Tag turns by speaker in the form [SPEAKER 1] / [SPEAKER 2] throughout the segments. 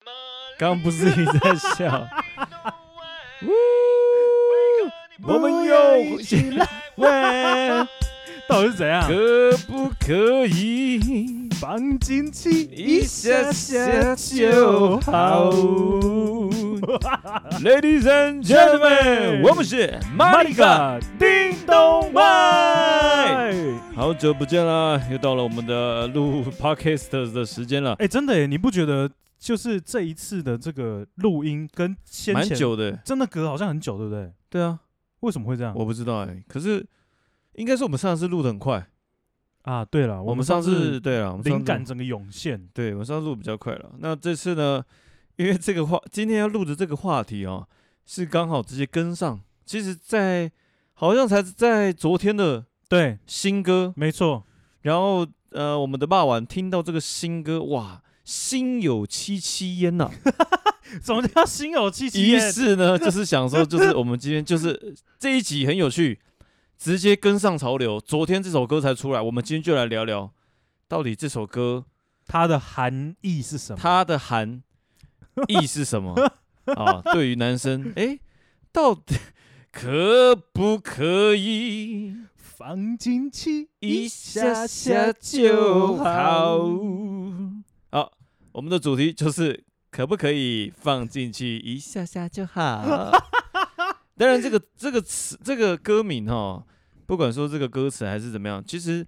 [SPEAKER 1] 刚刚不是你在 笑？我们又
[SPEAKER 2] 又
[SPEAKER 1] 回去 了，喂，到底是怎样？
[SPEAKER 2] 可不可以
[SPEAKER 1] 放进去
[SPEAKER 2] 一下下就 好？Ladies and gentlemen，我们是
[SPEAKER 1] 玛
[SPEAKER 2] 马
[SPEAKER 1] 丽
[SPEAKER 2] 里嘎，
[SPEAKER 1] 嘎，叮咚外。
[SPEAKER 2] 好久不见啦，又到了我们的录 podcast 的时间了，
[SPEAKER 1] 哎，真的耶，你不觉得就是这一次的这个录音跟先
[SPEAKER 2] 蛮
[SPEAKER 1] 前
[SPEAKER 2] 久的。
[SPEAKER 1] 真的隔好像很久，对不对？
[SPEAKER 2] 对啊，
[SPEAKER 1] 为什么会这样？
[SPEAKER 2] 我不知道哎、可是应该是我们上次录的很快，
[SPEAKER 1] 啊，对了，
[SPEAKER 2] 我
[SPEAKER 1] 们
[SPEAKER 2] 们上次
[SPEAKER 1] 次
[SPEAKER 2] 对啊，我们上次
[SPEAKER 1] 灵感整个涌现，
[SPEAKER 2] 对，我上次录比较快了。那这次呢，因为这个话，今天要录的这个话题哦，是刚好直接跟上。其实在，好像才是在昨天的
[SPEAKER 1] 对，
[SPEAKER 2] 新歌，
[SPEAKER 1] 没错，
[SPEAKER 2] 然后呃，我们的霸晚听到这个新歌，哇，心有戚戚焉 呐、
[SPEAKER 1] 怎么叫心有戚戚
[SPEAKER 2] 于
[SPEAKER 1] 焉？
[SPEAKER 2] 是呢，就是想说，就是我们今天就是这一集很有趣，直接跟上潮流。昨天这首歌才出来，我们今天就来聊聊，到底这首歌
[SPEAKER 1] 它的含义是什么？
[SPEAKER 2] 它的含义是什 么啊？对于男生，诶，到底可不可以
[SPEAKER 1] 放进去
[SPEAKER 2] 一下下就好？好，哦我们的主题就是可不可以放进去一下下就 好。当然、这个，这个词这个歌名哈，不管说这个歌词还是怎么样，其实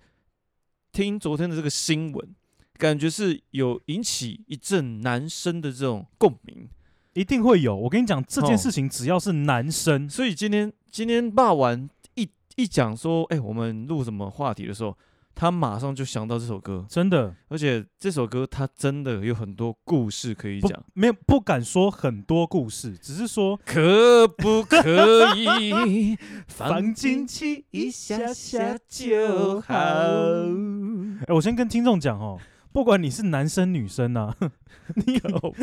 [SPEAKER 2] 听昨天的这个新闻，感觉是有引起一阵男生的这种共鸣。
[SPEAKER 1] 一定会有。我跟你讲，这件
[SPEAKER 2] 哦
[SPEAKER 1] 事情只要是男生，
[SPEAKER 2] 所以今天今天霸完一一讲说，哎、我们录什么话题的时候，他马上就想到这首歌，
[SPEAKER 1] 真的
[SPEAKER 2] 而且这首歌他真的有很多故事可以
[SPEAKER 1] 不
[SPEAKER 2] 讲。
[SPEAKER 1] 没有不敢说很多故事，只是说
[SPEAKER 2] 可不可 以
[SPEAKER 1] 放进
[SPEAKER 2] 去
[SPEAKER 1] 去
[SPEAKER 2] 一下下就好？
[SPEAKER 1] 哎、我先跟听众讲哦，不管你是男生女生呐、啊， 你
[SPEAKER 2] 靠北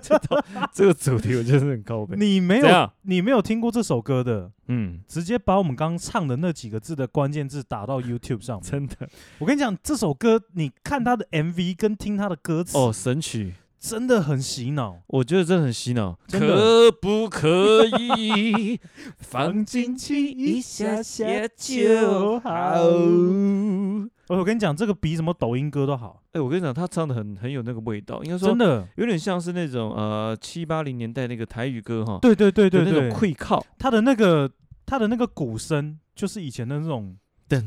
[SPEAKER 2] 这套 这个主题我觉得是很高背。
[SPEAKER 1] 你没
[SPEAKER 2] 怎
[SPEAKER 1] 有
[SPEAKER 2] 样？
[SPEAKER 1] 你没有听过这首歌的，
[SPEAKER 2] 嗯，
[SPEAKER 1] 直接把我们刚刚唱的那几个字的关键字打到 YouTube 上 面。
[SPEAKER 2] 真的
[SPEAKER 1] 我跟你讲，这首歌你看它的 MV 跟听它的歌词，
[SPEAKER 2] 哦，神曲。
[SPEAKER 1] 真的很洗脑。
[SPEAKER 2] 我觉得真的很洗脑，
[SPEAKER 1] 真的
[SPEAKER 2] 可不可 以放
[SPEAKER 1] 去
[SPEAKER 2] 一下下就好。
[SPEAKER 1] 哦我跟你讲，这个比什么抖音歌都好，
[SPEAKER 2] 哎、我跟你讲，他唱的很很有那个味道，应该说
[SPEAKER 1] 真的。
[SPEAKER 2] 有点像是那种呃七八零年代那个台语歌哈，
[SPEAKER 1] 对对对对
[SPEAKER 2] 有那
[SPEAKER 1] 对
[SPEAKER 2] 种，会靠
[SPEAKER 1] 他的那个他的那个鼓声，就是以前的那种
[SPEAKER 2] 噔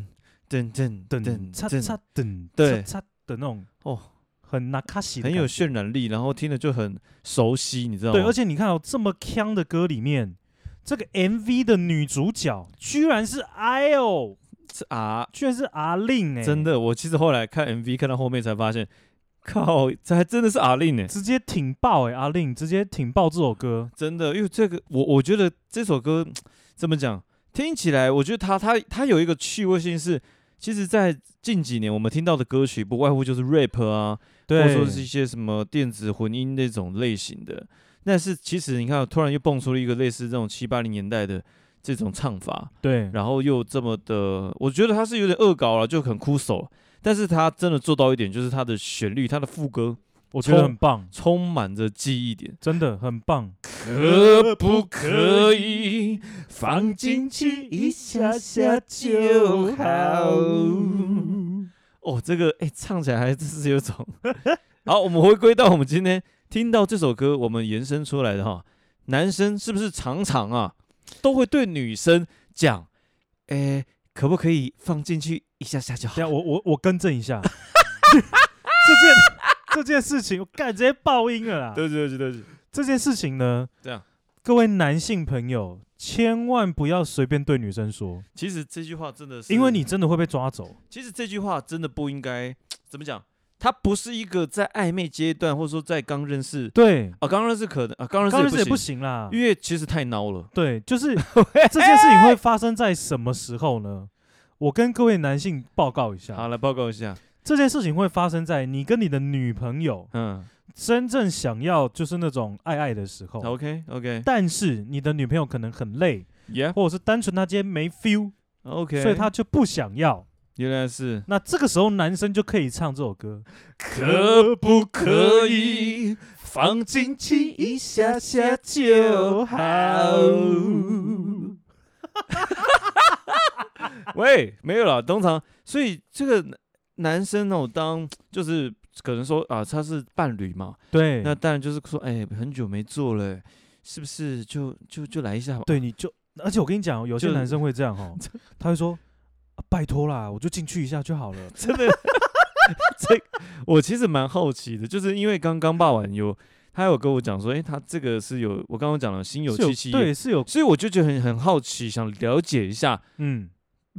[SPEAKER 2] 噔噔
[SPEAKER 1] 噔
[SPEAKER 2] 噔噔
[SPEAKER 1] 嚓嚓噔
[SPEAKER 2] 对
[SPEAKER 1] 嚓嚓的那种
[SPEAKER 2] 哦，
[SPEAKER 1] 很纳卡西，
[SPEAKER 2] 很有渲染力，然后听了就很熟悉，你知道吗？
[SPEAKER 1] 对，而且你看哦，这么腔的歌里面，这个 MV 的女主角居然是 I O，
[SPEAKER 2] 是啊，
[SPEAKER 1] 居然是阿令哎、
[SPEAKER 2] 真的，我其实后来看 MV 看到后面才发现，靠，这还真的是阿令呢、
[SPEAKER 1] 直接挺爆哎、阿令直接挺爆这首歌，
[SPEAKER 2] 真的，因为这个，我我觉得这首歌怎么讲，听起来，我觉得它它它有一个趣味性是，其实，在近几年我们听到的歌曲，不外乎就是 rap 啊，或者
[SPEAKER 1] 对，
[SPEAKER 2] 说是一些什么电子混音那种类型的。但是其实你看，突然又蹦出了一个类似这种七八零年代的这种唱法，
[SPEAKER 1] 对，
[SPEAKER 2] 然后又这么的，我觉得它是有点恶搞了，就很枯手。但是它真的做到一点，就是它的旋律，它的副歌
[SPEAKER 1] 我觉得
[SPEAKER 2] 冲
[SPEAKER 1] 很棒，
[SPEAKER 2] 充满着记忆点。
[SPEAKER 1] 真的很棒。
[SPEAKER 2] 可不可以放进去一下下就好？哦，这个哎、唱起来还真是有种。 好，我们回归到我们今天听到这首歌，我们延伸出来的哈，男生是不是常常啊都会对女生讲，哎、可不可以放进去一下下就好
[SPEAKER 1] 等一？下我我我更正 一下，这件这件事情，我干直接爆音了啦。
[SPEAKER 2] 不起，对不起，对不起。
[SPEAKER 1] 这件事情呢，
[SPEAKER 2] 这样，
[SPEAKER 1] 各位男性朋友千万不要随便对女生说，
[SPEAKER 2] 其实这句话真的是，
[SPEAKER 1] 因为你真的会被抓走。
[SPEAKER 2] 其实这句话真的不应该怎么讲，它不是一个在暧昧阶段，或者说在刚认识
[SPEAKER 1] 对，
[SPEAKER 2] 啊，刚认识可能啊，刚认识
[SPEAKER 1] 当然是也不
[SPEAKER 2] 行，啊
[SPEAKER 1] 行啊啦。
[SPEAKER 2] 因为其实太孬了。
[SPEAKER 1] 对，就是 这件事情会发生在什么时候呢？我跟各位男性报告一
[SPEAKER 2] 好，
[SPEAKER 1] 下，
[SPEAKER 2] 来报告一下，
[SPEAKER 1] 这件事情会发生在你跟你的女朋友
[SPEAKER 2] 嗯
[SPEAKER 1] 真正想要就是那种爱爱的时候。
[SPEAKER 2] ，OK OK，
[SPEAKER 1] 但是你的女朋友可能很累，
[SPEAKER 2] yeah
[SPEAKER 1] 或者是单纯她今天没 feel，
[SPEAKER 2] OK，
[SPEAKER 1] 所以她就不想要。
[SPEAKER 2] 原来是
[SPEAKER 1] 那这个时候男生就可以唱这首歌，
[SPEAKER 2] 可不可以放进去一下下就
[SPEAKER 1] 就
[SPEAKER 2] 好
[SPEAKER 1] 好。
[SPEAKER 2] 喂，没有啦，通常所以这个男男生哦，当就是可能说啊，他是伴侣嘛，
[SPEAKER 1] 对，
[SPEAKER 2] 那当然就是说，哎、很久没做了，是不是就就就来一下吧？
[SPEAKER 1] 对你就，而且我跟你讲哦，有些
[SPEAKER 2] 就
[SPEAKER 1] 男生会 这样哦，他会说、啊拜托啦，我就进去一下就好了。
[SPEAKER 2] 真的，这我其实蛮好奇的，就是因为刚刚爸完有他有跟我讲说，哎、他这个是有我刚刚讲了心有
[SPEAKER 1] 是有
[SPEAKER 2] 戚戚，，
[SPEAKER 1] 对，是有，
[SPEAKER 2] 所以我就觉得很很好奇，想了解一下
[SPEAKER 1] 嗯，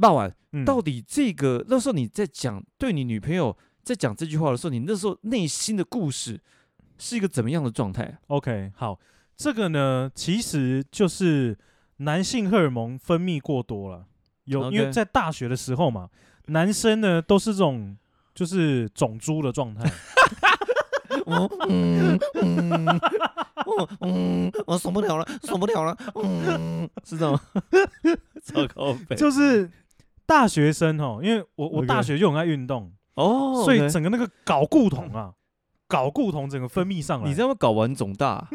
[SPEAKER 2] 爸完
[SPEAKER 1] 嗯
[SPEAKER 2] 到底这个那时候你在讲对你女朋友在讲这句话的时候，你那时候内心的故事是一个怎么样的状态啊？
[SPEAKER 1] OK，好，这个呢，其实就是男性荷尔蒙分泌过多了，有因
[SPEAKER 2] OK
[SPEAKER 1] 为在大学的时候嘛，男生呢都是这种就是种猪的 状态，
[SPEAKER 3] 我嗯嗯，我嗯，我受不了了，受不了了，嗯。
[SPEAKER 2] 是这样吗？糟 糕呗，
[SPEAKER 1] 就是大学生哦，因为我我大
[SPEAKER 2] OK
[SPEAKER 1] 学就很爱运动
[SPEAKER 2] 哦，
[SPEAKER 1] 所
[SPEAKER 2] OK
[SPEAKER 1] 以整个那个睾固酮啊，睾固酮整个分泌上来，
[SPEAKER 2] 你这样会睾丸肿大 啊、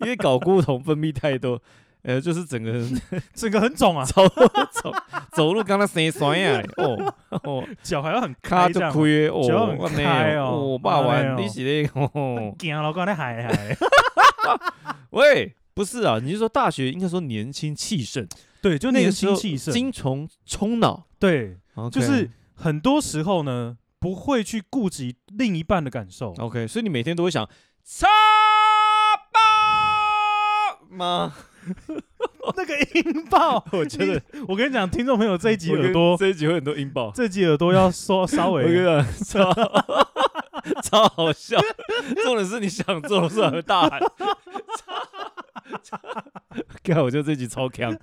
[SPEAKER 2] 因为睾固酮分泌太多，呃，就是整个人
[SPEAKER 1] 整个很肿啊，
[SPEAKER 2] 走 走走路刚刚生酸呀，哦哦，
[SPEAKER 1] 脚还要很
[SPEAKER 2] 卡
[SPEAKER 1] 开
[SPEAKER 2] 就
[SPEAKER 1] 这样啊，
[SPEAKER 2] 开哦，
[SPEAKER 1] 脚很
[SPEAKER 2] 我
[SPEAKER 1] 开
[SPEAKER 2] 呢
[SPEAKER 1] 哦
[SPEAKER 2] 哦，爸
[SPEAKER 1] 这
[SPEAKER 2] 完
[SPEAKER 1] 样哦
[SPEAKER 2] 你是咧哦，
[SPEAKER 1] 惊了，刚才还 还，
[SPEAKER 2] 喂，不是啊，你是说大学应该说年轻气盛，
[SPEAKER 1] 对，就
[SPEAKER 2] 那
[SPEAKER 1] 年
[SPEAKER 2] 个时
[SPEAKER 1] 轻
[SPEAKER 2] 候
[SPEAKER 1] 气盛，
[SPEAKER 2] 精虫充脑，
[SPEAKER 1] 对，
[SPEAKER 2] OK
[SPEAKER 1] 就是很多时候呢，不会去顾及另一半的感受。
[SPEAKER 2] OK，所以你每天都会想擦爆吗？
[SPEAKER 1] 那个音爆，
[SPEAKER 2] 我觉得
[SPEAKER 1] 我跟你讲，听众朋友这一集
[SPEAKER 2] 我跟
[SPEAKER 1] 耳朵，
[SPEAKER 2] 这一集会很多音爆。
[SPEAKER 1] 这集耳朵 要稍稍
[SPEAKER 2] 我跟你
[SPEAKER 1] 微，
[SPEAKER 2] 讲， 超超好笑。重点是你想做的时候还会大 喊，超超。看，我觉得这一集超强，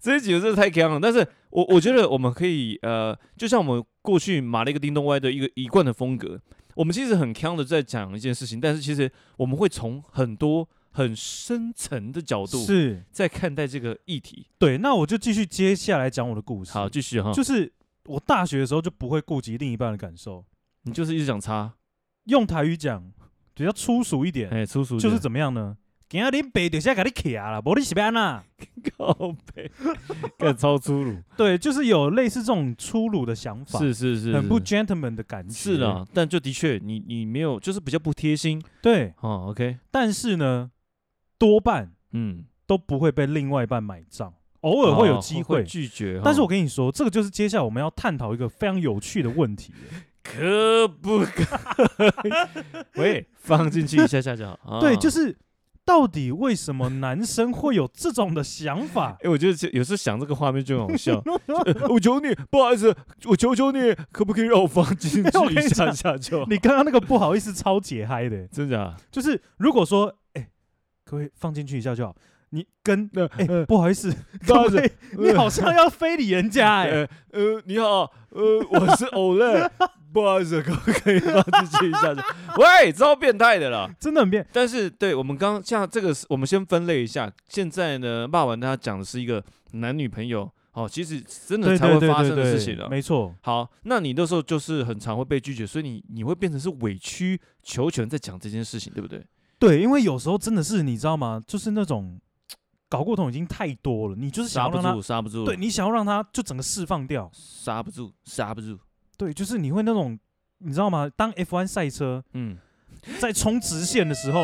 [SPEAKER 2] 这一集真的太强了。但是我我觉得我们可以呃，就像我们过去马了一个叮咚歪的一个一贯的风格，我们其实很强的在讲一件事情，但是其实我们会从很多很深层的角度
[SPEAKER 1] 是
[SPEAKER 2] 在看待这个议题。
[SPEAKER 1] 对。那我就继续接下来讲我的故事。
[SPEAKER 2] 好，，继续哈，
[SPEAKER 1] 就是我大学的时候就不会顾及另一半的感受，
[SPEAKER 2] 你就是一直想插，
[SPEAKER 1] 用台语讲比较粗俗一点，
[SPEAKER 2] 哎，粗俗一
[SPEAKER 1] 就是
[SPEAKER 2] 点
[SPEAKER 1] 怎么样呢？今仔恁爸就是要给你卡啦，无你是要 安那？
[SPEAKER 2] 靠背， 干超粗鲁，
[SPEAKER 1] 对，就是有类似这种粗鲁的想法，
[SPEAKER 2] 是是是，
[SPEAKER 1] 很不
[SPEAKER 2] 是
[SPEAKER 1] gentleman 的感觉。
[SPEAKER 2] 是啦，但就的确，你你没有，就是比较不贴心
[SPEAKER 1] 对。
[SPEAKER 2] 哦。OK，
[SPEAKER 1] 但是呢，多半
[SPEAKER 2] 嗯，
[SPEAKER 1] 都不会被另外一半买账，偶尔会有
[SPEAKER 2] 哦
[SPEAKER 1] 机会。
[SPEAKER 2] 拒绝哦哈，
[SPEAKER 1] 但是我跟你说，这个就是接下来我们要探讨一个非常有趣的问题。
[SPEAKER 2] 可不可 以？喂，放进去一下下就好。 啊？
[SPEAKER 1] 对，就是到底为什么男生会有这种的想法
[SPEAKER 2] 哎，我觉得这有时候想这个画面就 很好笑。 呃我求你，不好意思，我求求你，可不可以 让我放进去
[SPEAKER 1] 我跟你
[SPEAKER 2] 一下
[SPEAKER 1] 讲
[SPEAKER 2] 下就好？
[SPEAKER 1] 你刚刚那个不好意思，超解嗨的，
[SPEAKER 2] 真假？
[SPEAKER 1] 就是如果说，哎、各位放进去一下就好。你 跟
[SPEAKER 2] 那
[SPEAKER 1] 哎、
[SPEAKER 2] 呃
[SPEAKER 1] 不好意思，
[SPEAKER 2] 不好意
[SPEAKER 1] 各
[SPEAKER 2] 思
[SPEAKER 1] 位，你好像要非礼人家哎、
[SPEAKER 2] 呃呃，你好，呃，我是 Olay，不 好意思，可不可以放进去一下 下？喂，超变态的啦！
[SPEAKER 1] 真的很变。
[SPEAKER 2] 但是，对我们刚像这个是，我们先分类一下。现在呢，霸王他讲的是一个男女朋友哦，其实真的
[SPEAKER 1] 对
[SPEAKER 2] 才
[SPEAKER 1] 对
[SPEAKER 2] 会
[SPEAKER 1] 对
[SPEAKER 2] 发
[SPEAKER 1] 对
[SPEAKER 2] 生的
[SPEAKER 1] 对，
[SPEAKER 2] 事情啊了。
[SPEAKER 1] 没错，
[SPEAKER 2] 好，那你那时候就是很常会被拒绝，所以你你会变成是委曲求全在讲这件事情，对不对？
[SPEAKER 1] 对，因为有时候真的是你知道吗？就是那种搞过头已经太多了，你就是想
[SPEAKER 2] 刹
[SPEAKER 1] 要
[SPEAKER 2] 不
[SPEAKER 1] 让他
[SPEAKER 2] 住，刹不住，
[SPEAKER 1] 对，你想要让他就整个释放掉，
[SPEAKER 2] 刹不住，刹不住，
[SPEAKER 1] 对，就是你会那种，你知道吗？当 F1 赛车
[SPEAKER 2] 嗯，
[SPEAKER 1] 在冲直线的时候，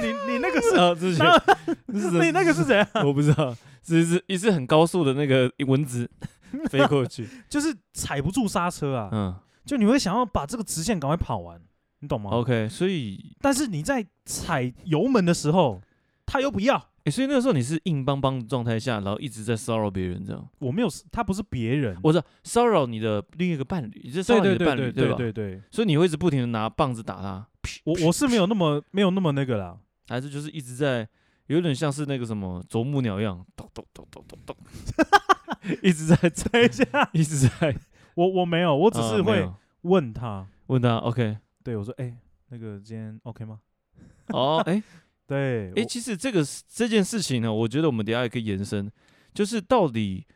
[SPEAKER 1] 你你那个是，
[SPEAKER 2] 啊，之前
[SPEAKER 1] 当
[SPEAKER 2] 这是
[SPEAKER 1] 你那个 是怎样？
[SPEAKER 2] 我不知道，是是一只很高速的那个蚊子飞过去，
[SPEAKER 1] 就是踩不住刹车啊，
[SPEAKER 2] 嗯
[SPEAKER 1] 就你会想要把这个直线赶快跑完，你懂吗？
[SPEAKER 2] ，OK，所以、
[SPEAKER 1] 但是你在踩油门的时候，他又不要。
[SPEAKER 2] 诶所以那个时候你是硬邦邦的状态下，然后一直在骚扰别人，这样，
[SPEAKER 1] 我没有，他不是别人，
[SPEAKER 2] 我知道骚扰你的另一个伴侣，你是骚
[SPEAKER 1] 对
[SPEAKER 2] 扰你的
[SPEAKER 1] 对对
[SPEAKER 2] 伴侣
[SPEAKER 1] 对对
[SPEAKER 2] 吧？
[SPEAKER 1] 对对，
[SPEAKER 2] 所以你会一直不停的拿棒子打他，
[SPEAKER 1] 我我是没有那么没有那么那个啦，
[SPEAKER 2] 还是就是一直在有点像是那个什么啄木鸟一样，咚咚咚咚咚咚， 一直在在 一直在，
[SPEAKER 1] 我我没有，我只
[SPEAKER 2] 啊
[SPEAKER 1] 是
[SPEAKER 2] 没
[SPEAKER 1] 会
[SPEAKER 2] 有
[SPEAKER 1] 问他，
[SPEAKER 2] 问他 OK，
[SPEAKER 1] 对我说，哎、那个今天 OK 吗？
[SPEAKER 2] 哦，哎、
[SPEAKER 1] 对，
[SPEAKER 2] 诶，
[SPEAKER 1] 我
[SPEAKER 2] 其实这个是这件事情呢，我觉得我们等一下也可以延伸，就是到底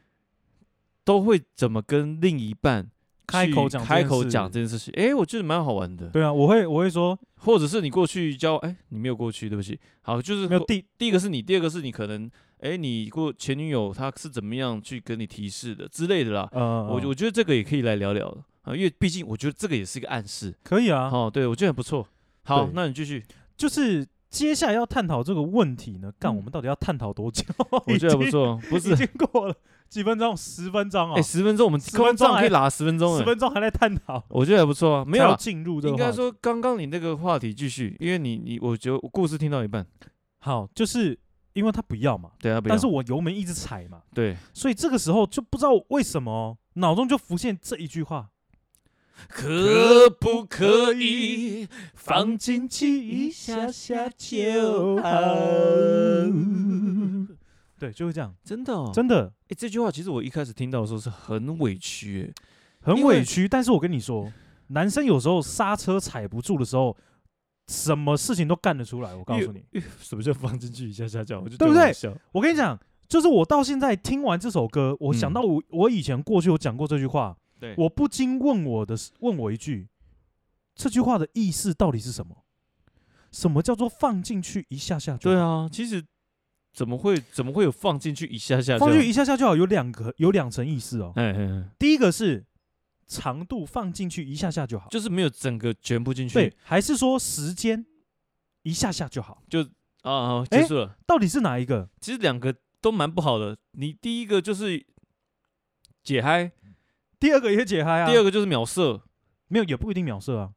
[SPEAKER 2] 都会怎么跟另一半
[SPEAKER 1] 开口讲这件
[SPEAKER 2] 开
[SPEAKER 1] 事
[SPEAKER 2] 口讲这件事情，哎，我觉得蛮好玩的。
[SPEAKER 1] 对啊，我会我会说
[SPEAKER 2] 或者是你过去交，哎，你没有过去，对不起。好，就是
[SPEAKER 1] 没有
[SPEAKER 2] 或
[SPEAKER 1] 第
[SPEAKER 2] 第一个是你，第二个是你可能，哎，你过前女友她是怎么样去跟你提示的之类的啦。
[SPEAKER 1] 呃，
[SPEAKER 2] 我我觉得这个也可以来聊聊啊，因为毕竟我觉得这个也是一个暗示。
[SPEAKER 1] 可以啊，
[SPEAKER 2] 哦，对，我觉得很不错。好
[SPEAKER 1] 对，
[SPEAKER 2] 那你继续，
[SPEAKER 1] 就是接下来要探讨这个问题呢，干
[SPEAKER 2] 嗯
[SPEAKER 1] 我们到底要探讨多久？
[SPEAKER 2] 我觉得还不
[SPEAKER 1] 已经，
[SPEAKER 2] 错，不是
[SPEAKER 1] 已。经过了几分钟，十分钟啊
[SPEAKER 2] 哎，，十分钟，我们
[SPEAKER 1] 十分钟
[SPEAKER 2] 这样可
[SPEAKER 1] 还
[SPEAKER 2] 以拉十分钟，
[SPEAKER 1] 十
[SPEAKER 2] 哎，
[SPEAKER 1] 分钟还在探讨，
[SPEAKER 2] 我觉得还不错啊。没有
[SPEAKER 1] 才要
[SPEAKER 2] 啦，
[SPEAKER 1] 进入这个
[SPEAKER 2] 应该
[SPEAKER 1] 话题
[SPEAKER 2] 说刚刚你那个话题继续，因为你你，我觉得我故事听到一半，
[SPEAKER 1] 好，就是因为他不要嘛，
[SPEAKER 2] 对啊，不要
[SPEAKER 1] 但是我油门一直踩嘛，
[SPEAKER 2] 对，
[SPEAKER 1] 所以这个时候就不知道为什么哦脑中就浮现这一句话：
[SPEAKER 2] 可不
[SPEAKER 1] 可以放进去一下下就好。对，就会这样，
[SPEAKER 2] 真的、哦，
[SPEAKER 1] 真的
[SPEAKER 2] 哎、这句话其实我一开始听到的时候是很委屈耶，
[SPEAKER 1] 很
[SPEAKER 2] 因为
[SPEAKER 1] 委屈。但是我跟你说，男生有时候刹车踩不住的时候，什么事情都干得出来。我告诉你，
[SPEAKER 2] 什么叫放进去一下下叫？我就
[SPEAKER 1] 对不对
[SPEAKER 2] 对？
[SPEAKER 1] 我跟你讲，就是我到现在听完这首歌，我想到我、我以前过去有讲过这句话，
[SPEAKER 2] 对，
[SPEAKER 1] 我不禁问我的问我一句，这句话的意思到底是什么？什么叫做放进去一下下就好？
[SPEAKER 2] 对啊，其实怎么会怎么会有放进去一下下？
[SPEAKER 1] 放进去一，下下就好，有两个有两层意思哦。
[SPEAKER 2] 哎哎，哎
[SPEAKER 1] 第一个是长度放进去一下下就好，
[SPEAKER 2] 就是没有整个全部进
[SPEAKER 1] 对
[SPEAKER 2] 去，，
[SPEAKER 1] 还是说时间一下下就好？
[SPEAKER 2] 啊，好
[SPEAKER 1] 哎
[SPEAKER 2] 结束了。
[SPEAKER 1] 到底是哪一个？
[SPEAKER 2] 其实两个都蛮不好的，你第一个就是解嗨，
[SPEAKER 1] 第二个也解嗨啊，
[SPEAKER 2] 第二个就是秒射，
[SPEAKER 1] 没有也不一定秒射啊，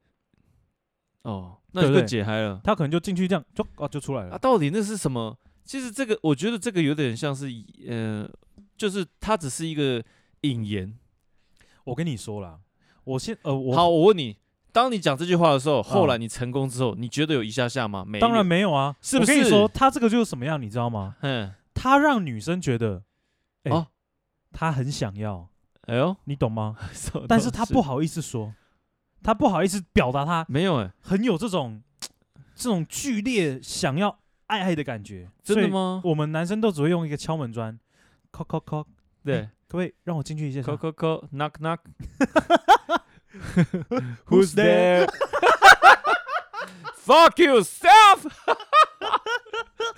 [SPEAKER 2] 哦，那就
[SPEAKER 1] 对不
[SPEAKER 2] 更
[SPEAKER 1] 对
[SPEAKER 2] 解嗨了。
[SPEAKER 1] 他可能就进去这样就啊就出来
[SPEAKER 2] 啊，
[SPEAKER 1] 了。
[SPEAKER 2] 到底那是什么？其实这个，我觉得这个有点像是以，呃，就是它只是一个引言。
[SPEAKER 1] 我跟你说啦，我先呃我
[SPEAKER 2] 好，我问你，当你讲这句话的时候，后
[SPEAKER 1] 嗯
[SPEAKER 2] 来你成功之后，你觉得有一下下吗？没，
[SPEAKER 1] 当然，没有啊，
[SPEAKER 2] 是不是
[SPEAKER 1] 我跟你说，他这个就是什么样，你知道吗？
[SPEAKER 2] 嗯，
[SPEAKER 1] 他让女生觉得，哎、
[SPEAKER 2] 哦
[SPEAKER 1] 他很想要，
[SPEAKER 2] 哎呦，
[SPEAKER 1] 你懂吗？
[SPEAKER 2] 什么
[SPEAKER 1] 但
[SPEAKER 2] 东
[SPEAKER 1] 是他
[SPEAKER 2] 西
[SPEAKER 1] 不好意思说，他不好意思表达他
[SPEAKER 2] 没有哎、
[SPEAKER 1] 很有这种这种剧烈想要爱爱的感觉。
[SPEAKER 2] 真的？吗？
[SPEAKER 1] 我们男生都只会用一个敲门砖，敲敲敲，
[SPEAKER 2] 对
[SPEAKER 1] 可不可以让我进去一下下
[SPEAKER 2] ，call call call，knock knock。
[SPEAKER 1] Who's there？
[SPEAKER 2] Fuck yourself!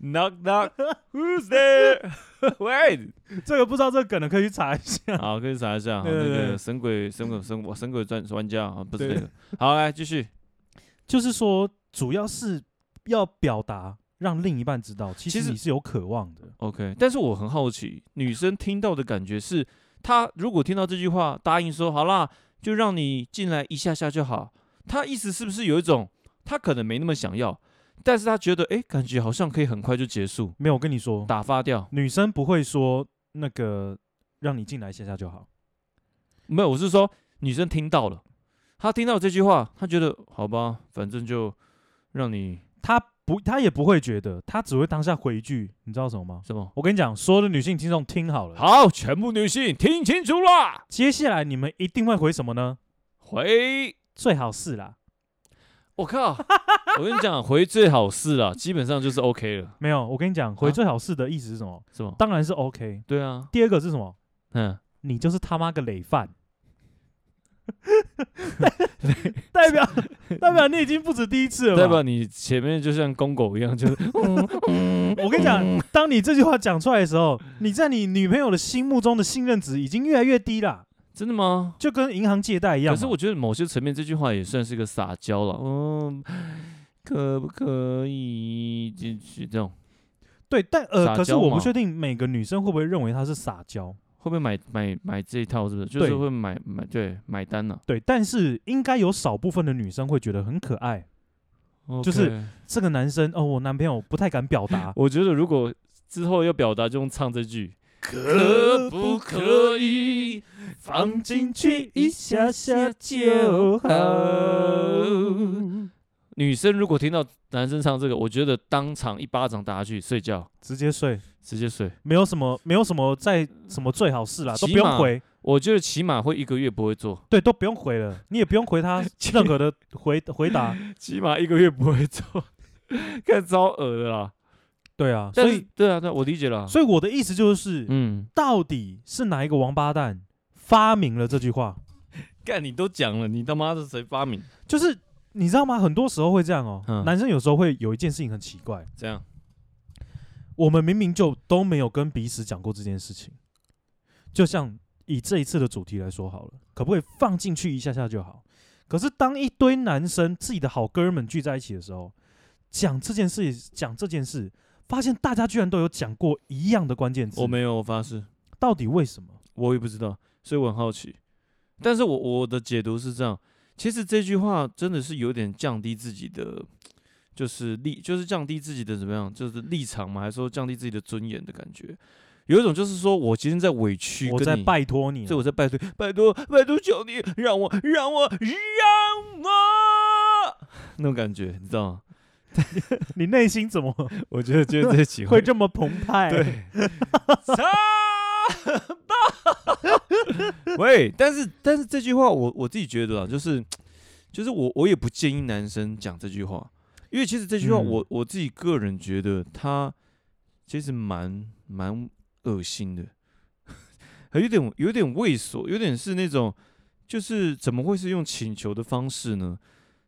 [SPEAKER 2] knock knock. Who's there? Wait.
[SPEAKER 1] 这个不知道这个梗的可以去查一下。
[SPEAKER 2] 好，可以查一下。好
[SPEAKER 1] 对
[SPEAKER 2] 那
[SPEAKER 1] 对
[SPEAKER 2] 个
[SPEAKER 1] 对
[SPEAKER 2] 神鬼神鬼神神鬼专专家啊，不是
[SPEAKER 1] 对
[SPEAKER 2] 这个。好，来继续。
[SPEAKER 1] 就是说，主要是要表达让另一半知道，其
[SPEAKER 2] 其
[SPEAKER 1] 实
[SPEAKER 2] 实
[SPEAKER 1] 你是有渴望的。
[SPEAKER 2] OK，但是我很好奇，女生听到的感觉是，她如果听到这句话，答应说好啦，就让你进来一下下就好，她意思是不是有一种，她可能没那么想要，但是她觉得，哎，感觉好像可以很快就结束，
[SPEAKER 1] 没有，我跟你说，
[SPEAKER 2] 打发掉。
[SPEAKER 1] 女生不会说那个让你进来一下下就好。
[SPEAKER 2] 没有，我是说女生听到了，她听到这句话，她觉得好吧，反正就让你
[SPEAKER 1] 她不，她也不会觉得，她只会当下回一句，你知道什么吗？
[SPEAKER 2] 什么
[SPEAKER 1] 我跟你讲，所有的女性听众听好了，，
[SPEAKER 2] 好，全部女性听清楚啦，
[SPEAKER 1] 接下来你们一定会回什么呢？
[SPEAKER 2] 回
[SPEAKER 1] 最好是啦，
[SPEAKER 2] 我靠！我跟你讲，回最好是啦，基本上就是 OK 了，
[SPEAKER 1] 没有，我跟你讲，回
[SPEAKER 2] 啊
[SPEAKER 1] 最好是的意思是什么？
[SPEAKER 2] 是吗？
[SPEAKER 1] 当然是 OK。
[SPEAKER 2] 对啊，
[SPEAKER 1] 第二个是什么？
[SPEAKER 2] 嗯，
[SPEAKER 1] 你就是他妈个 累犯。代表代表你已经不止第一次了，
[SPEAKER 2] 代表？你前面就像公狗一样，就是嗯
[SPEAKER 1] 我跟你讲，当你这句话讲出来的时候，你在你女朋友的心目中的信任值已经越来越低啦，
[SPEAKER 2] 真的吗？
[SPEAKER 1] 就跟银行借贷一样啊
[SPEAKER 2] 可
[SPEAKER 1] 嘛。
[SPEAKER 2] 是我觉得某些层面这句话也算是个撒娇了，嗯，可不可以进去这种？
[SPEAKER 1] 对，但
[SPEAKER 2] 撒
[SPEAKER 1] 呃，
[SPEAKER 2] 娇
[SPEAKER 1] 可是我
[SPEAKER 2] 嘛
[SPEAKER 1] 不确定每个女生会不会认为她是撒娇，
[SPEAKER 2] 会不会买买买这一套？是不是？就是
[SPEAKER 1] 对
[SPEAKER 2] 会买买对买单啊呢、
[SPEAKER 1] 对，但是应该有少部分的女生会觉得很可爱。就是
[SPEAKER 2] OK，
[SPEAKER 1] 这个男生哦，我男朋友不太敢表达
[SPEAKER 2] 我觉得如果之后要表达，就用唱这句。
[SPEAKER 1] 可不可
[SPEAKER 2] 以
[SPEAKER 1] 放进去一下下就好
[SPEAKER 2] 女生如果听到男生唱这个，我觉得当场一巴掌打下去，睡觉
[SPEAKER 1] 直接睡，
[SPEAKER 2] 直接睡。
[SPEAKER 1] 没有什么，没有什么在什么最好事啦，都
[SPEAKER 2] 起
[SPEAKER 1] 不用
[SPEAKER 2] 码
[SPEAKER 1] 回，
[SPEAKER 2] 我觉得起码会一个月不会做，
[SPEAKER 1] 对，都不用回了，你也不用 回他任何的回回答，
[SPEAKER 2] 起码一个月不会做， 看招恶的啦。
[SPEAKER 1] 对啊，所
[SPEAKER 2] 但是
[SPEAKER 1] 以
[SPEAKER 2] 对啊，对啊，我理解了啊。
[SPEAKER 1] 所以我的意思就是，
[SPEAKER 2] 嗯，
[SPEAKER 1] 到底是哪一个王八蛋发明了这句话。
[SPEAKER 2] 干你都讲了，你他妈是谁发明？
[SPEAKER 1] 就是你知道吗？很多时候会这样哦、
[SPEAKER 2] 嗯
[SPEAKER 1] 男生有时候会有一件事情很奇怪，
[SPEAKER 2] 这样
[SPEAKER 1] 我们明明就都没有跟彼此讲过这件事情。就像以这一次的主题来说好了，可不可以放进去一下下就好？可是当一堆男生自己的好哥们聚在一起的时候，讲这件事，讲这件事，发现大家居然都有讲过一样的关键字，
[SPEAKER 2] 我没有，我发誓，
[SPEAKER 1] 到底为什么？
[SPEAKER 2] 我也不知道，所以我很好奇。但是我我的解读是这样，其实这句话真的是有点降低自己的，就是立，就是降低自己的怎么样，就是立场嘛，还是说降低自己的尊严的感觉？有一种就是说我今天在委屈，
[SPEAKER 1] 我在，拜托你
[SPEAKER 2] 所以
[SPEAKER 1] 了，
[SPEAKER 2] 我在拜托，拜托，拜托，求你让我，让我，让我， 那种感觉，你知道吗？
[SPEAKER 1] 你内心怎么
[SPEAKER 2] 我觉得今天这期
[SPEAKER 1] 会这么澎湃？
[SPEAKER 2] 对，操！ 喂，但是但是这句话我我自己觉得啊，就是就是我我也不建议男生讲这句话，因为其实这句话
[SPEAKER 1] 嗯
[SPEAKER 2] 我、我自己个人觉得他其实蛮蛮恶心的，有点有点猥琐，有点是那种就是怎么会是用请求的方式呢？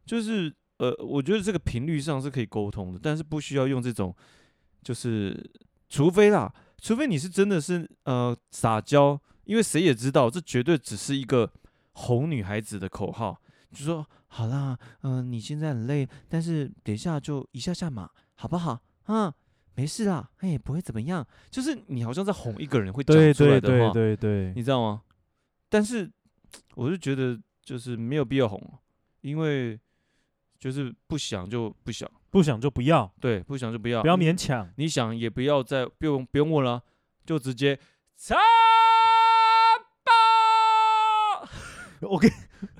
[SPEAKER 2] 就是呃，我觉得这个频率上是可以沟通的，但是不需要用这种，就是除非啦，除非你是真的是呃撒娇，因为谁也知道这绝对只是一个哄女孩子的口号，就说好啦，嗯、你现在很累，但是等一下就一下下马，好不好？嗯，没事啦，哎，不会怎么样。就是你好像在哄一个人会讲
[SPEAKER 1] 对
[SPEAKER 2] 出来
[SPEAKER 1] 对
[SPEAKER 2] 的话
[SPEAKER 1] 对，对对，
[SPEAKER 2] 你知道吗？但是我就觉得就是没有必要哄，因为就是不想就不想，
[SPEAKER 1] 不想就不要，
[SPEAKER 2] 对，不想就不要，
[SPEAKER 1] 不要勉强。
[SPEAKER 2] 你想也不要再不用不用问了，就直接擦吧。
[SPEAKER 1] 我跟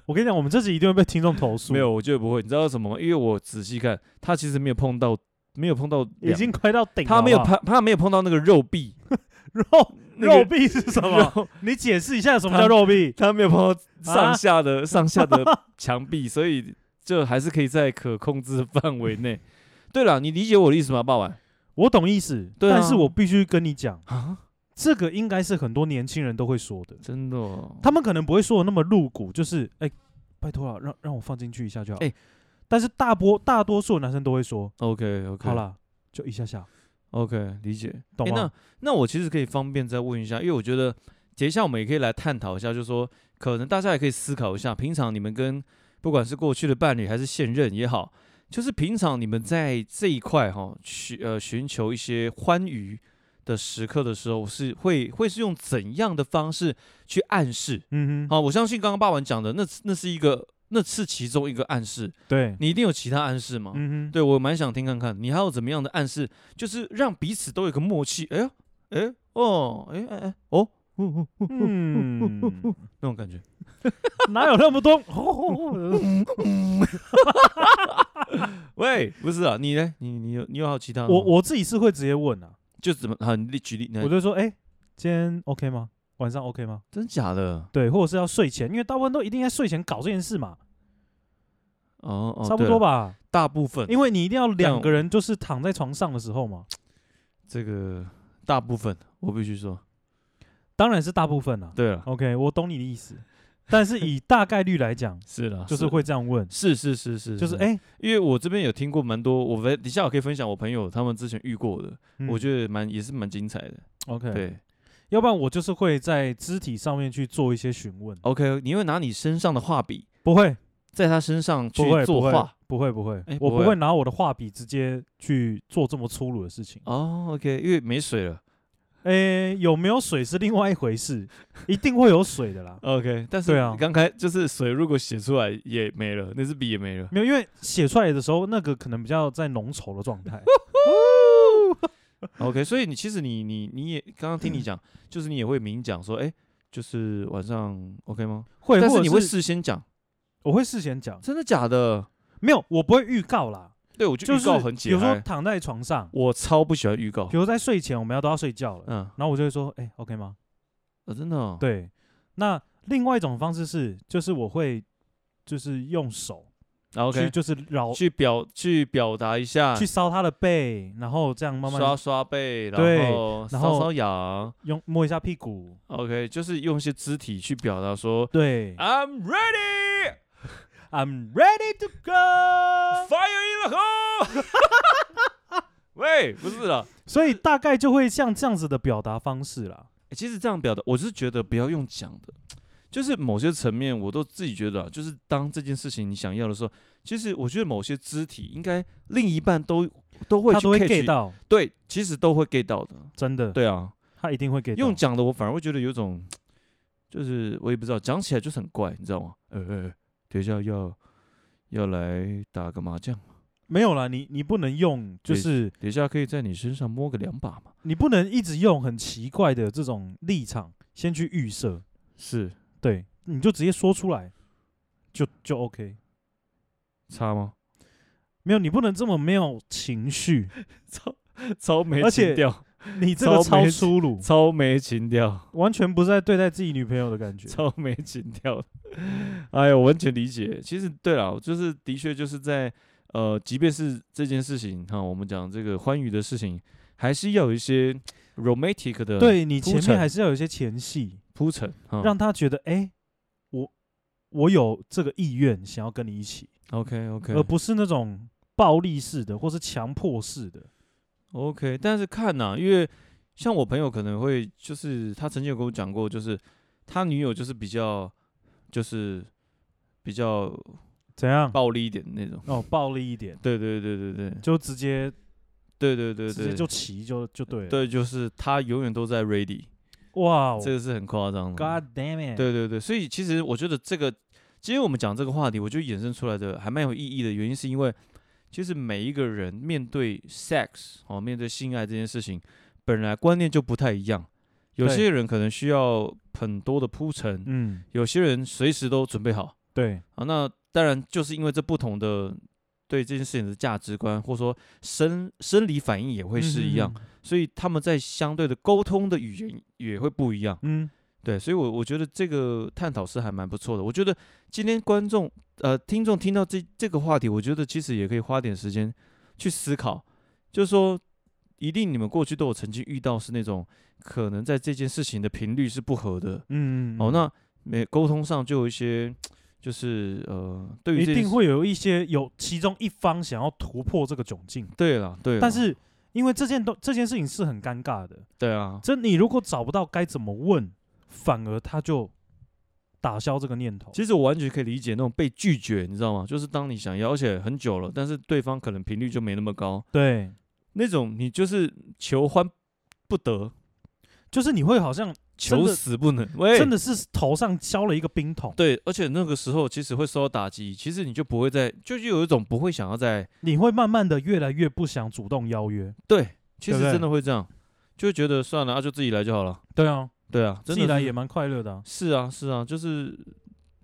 [SPEAKER 1] 我跟你讲，我们这集一定会被听众投诉，
[SPEAKER 2] 没有，我觉得不会，你知道为什么吗？因为我仔细看，他其实没有碰到，没有碰到
[SPEAKER 1] 已
[SPEAKER 2] 两，
[SPEAKER 1] 经快到顶了。
[SPEAKER 2] 他没有
[SPEAKER 1] 好不好
[SPEAKER 2] 他他没有碰到那个肉壁，
[SPEAKER 1] 肉
[SPEAKER 2] 那个
[SPEAKER 1] 肉币是什么？
[SPEAKER 2] 肉
[SPEAKER 1] 你解释一下什么
[SPEAKER 2] 他
[SPEAKER 1] 叫肉币？
[SPEAKER 2] 他没有碰到
[SPEAKER 1] 啊
[SPEAKER 2] 上下的、上下 的墙壁，所以就还是可以在可控制的范围内。对了，你理解我的意思吗，爸爸？
[SPEAKER 1] 我懂意思，
[SPEAKER 2] 对啊
[SPEAKER 1] 但是我必须跟你讲，
[SPEAKER 2] 啊，
[SPEAKER 1] 这个应该是很多年轻人都会说的。
[SPEAKER 2] 真的、哦？
[SPEAKER 1] 他们可能不会说的那么露骨，就是哎、拜托了，让让我放进去一下就好。
[SPEAKER 2] 哎
[SPEAKER 1] 但是大波大多数的男生都会说，
[SPEAKER 2] OK OK，
[SPEAKER 1] 好啦，就一下下，
[SPEAKER 2] OK，理解。
[SPEAKER 1] 懂
[SPEAKER 2] 诶
[SPEAKER 1] 吗？
[SPEAKER 2] 那那我其实可以方便再问一下，因为我觉得接下来我们也可以来探讨一下，就是说可能大家也可以思考一下，平常你们跟不管是过去的伴侣还是现任也好，就是平常你们在这一块哈寻呃寻求一些欢愉的时刻的时候，是会会是用怎样的方式去暗示？
[SPEAKER 1] 嗯哼，
[SPEAKER 2] 好，我相信刚刚爸爸讲的那那是一个那是其中一个暗示，
[SPEAKER 1] 对，
[SPEAKER 2] 你一定有其他暗示吗？
[SPEAKER 1] 嗯哼，
[SPEAKER 2] 对我蛮想听看看，你还有怎么样的暗示，就是让彼此都有一个默契。哎呦，哎哦，哎哎哎哦，嗯嗯嗯
[SPEAKER 1] 嗯，
[SPEAKER 2] 那种感觉。
[SPEAKER 1] 哪有那么 多？
[SPEAKER 2] 喂，不是啊，你呢？你你有你有还有其他的吗？
[SPEAKER 1] 我我自己是会直接问啊，
[SPEAKER 2] 就怎么好，你例举例，
[SPEAKER 1] 我
[SPEAKER 2] 我
[SPEAKER 1] 就说，哎、今天 OK 吗？晚上 OK 吗？
[SPEAKER 2] 真假的？
[SPEAKER 1] 对，或者是要睡前，因为大部分都一定在睡前搞这件事嘛，
[SPEAKER 2] 哦哦，
[SPEAKER 1] 差不
[SPEAKER 2] 对
[SPEAKER 1] 多
[SPEAKER 2] 了，
[SPEAKER 1] 吧。
[SPEAKER 2] 大部分
[SPEAKER 1] 因为你一定要两
[SPEAKER 2] 但
[SPEAKER 1] 个人就是躺在床上的时候嘛，
[SPEAKER 2] 这个大部分我必须说，
[SPEAKER 1] 当然是大部分啦、啊
[SPEAKER 2] 对了，
[SPEAKER 1] OK，我懂你的意思，但是以大概率来 讲，
[SPEAKER 2] 是了，
[SPEAKER 1] 就是会这样问，
[SPEAKER 2] 是是是是，
[SPEAKER 1] 就是哎、
[SPEAKER 2] 因为我这边有听过蛮多，我等一下我可以分享我朋友他们之前遇过的，
[SPEAKER 1] 嗯
[SPEAKER 2] 我觉得蛮也是蛮精彩的。
[SPEAKER 1] OK，，
[SPEAKER 2] 对
[SPEAKER 1] 要不然我就是会在肢体上面去做一些询问，
[SPEAKER 2] ，OK，你会拿你身上的画笔。
[SPEAKER 1] 不会，
[SPEAKER 2] 在他身上去
[SPEAKER 1] 不会，
[SPEAKER 2] 作
[SPEAKER 1] 不会
[SPEAKER 2] 画。，
[SPEAKER 1] 不会，不会
[SPEAKER 2] 哎，
[SPEAKER 1] 我
[SPEAKER 2] 不
[SPEAKER 1] 不
[SPEAKER 2] 会
[SPEAKER 1] 会拿我的画笔直接去做这么粗鲁的事情。
[SPEAKER 2] 哦，OK，因为没水了。
[SPEAKER 1] 哎，有没有水是另外一回事， 一定会有水的啦。
[SPEAKER 2] OK，但是
[SPEAKER 1] 对啊
[SPEAKER 2] 刚开就是水，如果写出来也没了，那支笔也没了。
[SPEAKER 1] 没有，因为写出来的时候，那个可能比较在浓稠的 状态。
[SPEAKER 2] OK，所以你其实你你你也刚刚听你 讲，就是你也会明讲说，哎，就是晚上 OK 吗？
[SPEAKER 1] 会，
[SPEAKER 2] 但
[SPEAKER 1] 或
[SPEAKER 2] 是
[SPEAKER 1] 者
[SPEAKER 2] 你会，事先讲，
[SPEAKER 1] 我会事先讲，
[SPEAKER 2] 真的假的？
[SPEAKER 1] 没有，我不会预告啦，
[SPEAKER 2] 对，我就
[SPEAKER 1] 就
[SPEAKER 2] 预
[SPEAKER 1] 是
[SPEAKER 2] 告很
[SPEAKER 1] 比
[SPEAKER 2] 解
[SPEAKER 1] 如说
[SPEAKER 2] 嗨，
[SPEAKER 1] 躺在床上，
[SPEAKER 2] 我超不喜欢预告
[SPEAKER 1] 比。如在睡前，我们要都要睡觉了，
[SPEAKER 2] 嗯，
[SPEAKER 1] 然后我就会说，哎，OK 吗？
[SPEAKER 2] 哦真的哦。
[SPEAKER 1] 对，那另外一种方式是，就是我会就是用手去
[SPEAKER 2] 啊，OK，
[SPEAKER 1] 就是扰
[SPEAKER 2] 去表去表达一下，
[SPEAKER 1] 去烧他的背，然后这样慢慢
[SPEAKER 2] 刷
[SPEAKER 1] 地
[SPEAKER 2] 刷背，
[SPEAKER 1] 对
[SPEAKER 2] 然后
[SPEAKER 1] 然
[SPEAKER 2] 搔
[SPEAKER 1] 后
[SPEAKER 2] 搔痒
[SPEAKER 1] 用摸一下屁股，
[SPEAKER 2] ，OK，就是用一些肢体去表达说
[SPEAKER 1] 对
[SPEAKER 2] ，I'm ready。
[SPEAKER 1] ，I'm ready to go，
[SPEAKER 2] Fire in the hole！喂， 不是啦、
[SPEAKER 1] 所以大概就会像这样子的表达方式啦。
[SPEAKER 2] 欸其实这样表达，我是觉得不要用讲的，就是某些层面我都自己觉得、啊，就是当这件事情你想要的时候，其实我觉得某些肢体应该另一半都都会
[SPEAKER 1] 他
[SPEAKER 2] 去
[SPEAKER 1] 都会
[SPEAKER 2] catch
[SPEAKER 1] get 到，
[SPEAKER 2] 对，其实都会 get 到的，
[SPEAKER 1] 真的，
[SPEAKER 2] 对啊，
[SPEAKER 1] 他一定会 get 到
[SPEAKER 2] 用。讲的我反而会觉得有种，就是我也不知道，讲起来就是很怪，你知道吗？呃、呃，等一下要要来打个麻将，
[SPEAKER 1] 没有啦，你你不能用，就
[SPEAKER 2] 对
[SPEAKER 1] 是
[SPEAKER 2] 等一下可以在你身上摸个两把嘛？
[SPEAKER 1] 你不能一直用很奇怪的这种立场先去预设，
[SPEAKER 2] 是
[SPEAKER 1] 对，你就直接说出来，就就 OK。
[SPEAKER 2] 差吗？
[SPEAKER 1] 没有，你不能这么没有情 绪，
[SPEAKER 2] 超超没
[SPEAKER 1] 而且
[SPEAKER 2] 情调，
[SPEAKER 1] 你这个
[SPEAKER 2] 超
[SPEAKER 1] 超
[SPEAKER 2] 没
[SPEAKER 1] 粗鲁，
[SPEAKER 2] 超没情调，
[SPEAKER 1] 完全不是在对待自己女朋友的感觉。
[SPEAKER 2] 超没情调。 哎呀，我完全理解。其实对了，就是的确就是在呃，即便是这件事情哈，我们讲这个欢愉的事情，还是要有一些 romantic 的
[SPEAKER 1] 对你
[SPEAKER 2] 铺
[SPEAKER 1] 前面
[SPEAKER 2] 陈
[SPEAKER 1] 还是要有一些前戏，
[SPEAKER 2] 铺陈哈。
[SPEAKER 1] 让他觉得，哎、我我有这个意愿想要跟你一起，
[SPEAKER 2] OK OK
[SPEAKER 1] 而不是那种暴力式的或是强迫式的。
[SPEAKER 2] OK，但是看呐、因为像我朋友可能会就是他曾经有跟我讲过，就是他女友就是比较就是比较
[SPEAKER 1] 嗯怎样？
[SPEAKER 2] 暴力一点的那种。
[SPEAKER 1] 哦，暴力一点，
[SPEAKER 2] 对对对对对，
[SPEAKER 1] 就直接
[SPEAKER 2] 对对对
[SPEAKER 1] 直接
[SPEAKER 2] 对，
[SPEAKER 1] 就骑就就对了。
[SPEAKER 2] 对，就是他永远都在 ready，、
[SPEAKER 1] 哇哦
[SPEAKER 2] 这个是很夸张的。
[SPEAKER 1] ，God damn it！，
[SPEAKER 2] 对对对，所以其实我觉得这个，今天我们讲这个话题，我觉得衍生出来的还蛮有意义的原因，是因为其实每一个人面对 sex 哦，面对性爱这件事情，本来观念就不太一样，有
[SPEAKER 1] 对
[SPEAKER 2] 些人可能需要很多的铺陈，
[SPEAKER 1] 嗯，
[SPEAKER 2] 有些人随时都准备好。
[SPEAKER 1] 对，
[SPEAKER 2] 啊，那当然就是因为这不同的对这件事情的价值观，或者说生生理反应也会
[SPEAKER 1] 嗯
[SPEAKER 2] 是一样，所以他们在相对的沟通的语言也会不一样。
[SPEAKER 1] 嗯。嗯，
[SPEAKER 2] 对，所以我，我觉得这个探讨是还蛮不错的。我觉得今天观众呃听众听到这这个话题，我觉得其实也可以花点时间去思考，就是说，一定你们过去都有曾经遇到是那种可能在这件事情的频率是不合的，
[SPEAKER 1] 嗯，嗯
[SPEAKER 2] 哦，
[SPEAKER 1] 嗯
[SPEAKER 2] 那每沟通上就有一些，就是呃，对于
[SPEAKER 1] 一
[SPEAKER 2] 这件
[SPEAKER 1] 定
[SPEAKER 2] 事
[SPEAKER 1] 会有一些有其中一方想要突破这个窘境，
[SPEAKER 2] 对了，对啦，啊
[SPEAKER 1] 但是因为这件都这件事情是很尴尬的，
[SPEAKER 2] 对啊，
[SPEAKER 1] 这你如果找不到该怎么问，反而他就打消这个念头。
[SPEAKER 2] 其实我完全可以理解那种被拒绝，你知道吗？就是当你想要，而且很久了，但是对方可能频率就没那么高，
[SPEAKER 1] 对，
[SPEAKER 2] 那种你就是求欢不得，
[SPEAKER 1] 就是你会好像
[SPEAKER 2] 求
[SPEAKER 1] 真的
[SPEAKER 2] 死不能，喂，
[SPEAKER 1] 真的是头上浇了一个冰桶，
[SPEAKER 2] 对，而且那个时候其实会受到打击，其实你就不会再，就是有一种不会想要再
[SPEAKER 1] 你会慢慢的越来越不想主动邀约。
[SPEAKER 2] 对，其实
[SPEAKER 1] 对不对
[SPEAKER 2] 真的会这样，就会觉得算了，啊，就自己来就好了，
[SPEAKER 1] 对啊，
[SPEAKER 2] 对啊，
[SPEAKER 1] 自
[SPEAKER 2] 真
[SPEAKER 1] 己
[SPEAKER 2] 的
[SPEAKER 1] 来
[SPEAKER 2] 是
[SPEAKER 1] 也蛮快乐的啊、
[SPEAKER 2] 是啊，是啊，就是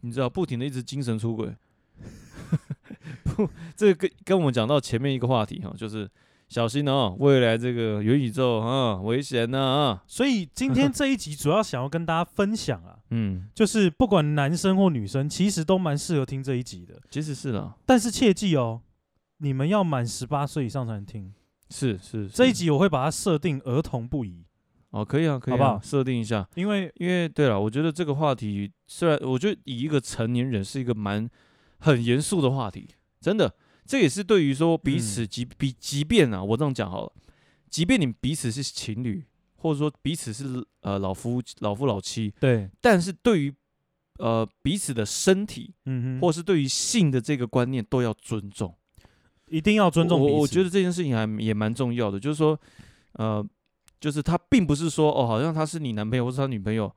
[SPEAKER 2] 你知道，不停的一直精神出轨。 不，这个跟跟我们讲到前面一个话题哈，就是小心哦，未来这个元宇宙啊，危险呐啊，
[SPEAKER 1] 所以今天这一集主要想要跟大家分享啊，
[SPEAKER 2] 嗯，
[SPEAKER 1] 就是不管男生或女生，其实都蛮适合听这一集的。
[SPEAKER 2] 其实是啦，
[SPEAKER 1] 但是切记哦，你们要满十八岁以上才能听。
[SPEAKER 2] 是是
[SPEAKER 1] 这一
[SPEAKER 2] 是
[SPEAKER 1] 集我会把它设定儿童不宜，
[SPEAKER 2] 哦，可以啊，可以、啊，
[SPEAKER 1] 好不好
[SPEAKER 2] 设定一下，
[SPEAKER 1] 因为
[SPEAKER 2] 因为对了，我觉得这个话题虽然我觉得以一个成年人是一个蛮很严肃的话题，真的，这也是对于说
[SPEAKER 1] 嗯
[SPEAKER 2] 彼此即比即便啊，我这样讲好了，即便你们彼此是情侣，或者说彼此是呃老夫老夫老妻，
[SPEAKER 1] 对，
[SPEAKER 2] 但是对于呃彼此的身体
[SPEAKER 1] 嗯哼，
[SPEAKER 2] 或是对于性的这个观念都要尊重，
[SPEAKER 1] 一定要尊重
[SPEAKER 2] 我
[SPEAKER 1] 彼此。
[SPEAKER 2] 我我觉得这件事情还也蛮重要的，就是说，呃，就是他并不是说哦，好像他是你男朋友或是他女朋友，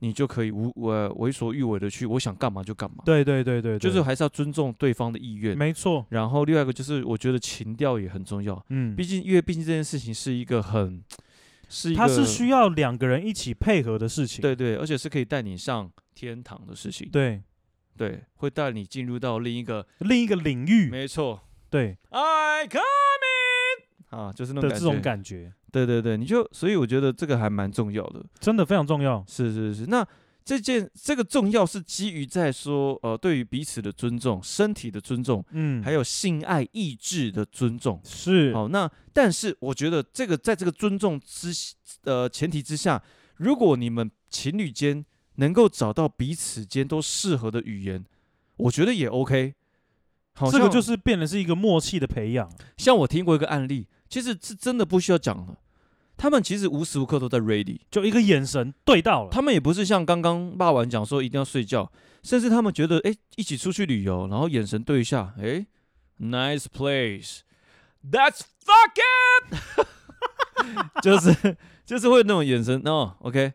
[SPEAKER 2] 你就可以无呃为所欲为的去，我想干嘛就干嘛。，
[SPEAKER 1] 对对对对，对
[SPEAKER 2] 就是还是要尊重对方的意愿。
[SPEAKER 1] 没错，
[SPEAKER 2] 然后另外一个就是，我觉得情调也很重要，
[SPEAKER 1] 嗯
[SPEAKER 2] 毕，竟因为毕竟这件事情是一个很是一个
[SPEAKER 1] 它是需要两个人一起配合的事情。
[SPEAKER 2] 对对，而且是可以带你上天堂的事情。
[SPEAKER 1] 对，
[SPEAKER 2] 对，会带你进入到另一个
[SPEAKER 1] 另一个领域，
[SPEAKER 2] 没错
[SPEAKER 1] 对
[SPEAKER 2] ，I coming 啊，就是那
[SPEAKER 1] 的
[SPEAKER 2] 种
[SPEAKER 1] 这
[SPEAKER 2] 感觉。
[SPEAKER 1] 种感觉
[SPEAKER 2] 对对对，你就所以我觉得这个还蛮重要的。
[SPEAKER 1] 真的非常重要。
[SPEAKER 2] 是是是，那这件这个重要是基于在说，呃，对于彼此的尊重、身体的尊重，
[SPEAKER 1] 嗯，
[SPEAKER 2] 还
[SPEAKER 1] 有
[SPEAKER 2] 有性爱意志的尊重。
[SPEAKER 1] 是
[SPEAKER 2] 好，那但是我觉得这个在这个尊重之呃前提之下，如果你们情侣间能够找到彼此间都适合的语言，我觉得也 OK。好
[SPEAKER 1] 这个
[SPEAKER 2] 像
[SPEAKER 1] 就是变得是一个默契的培养，
[SPEAKER 2] 像我听过一个案例，其实是真的不需要讲了。他们其实无时无刻都在 ready，
[SPEAKER 1] 就一个眼神对到了，
[SPEAKER 2] 他们也不是像刚刚霸完讲说一定要睡觉，甚至他们觉得哎、诶一起出去旅游，然后眼神对一下，哎、n i c e place，that's fuck it，就是 就是会那种眼神哦，OK，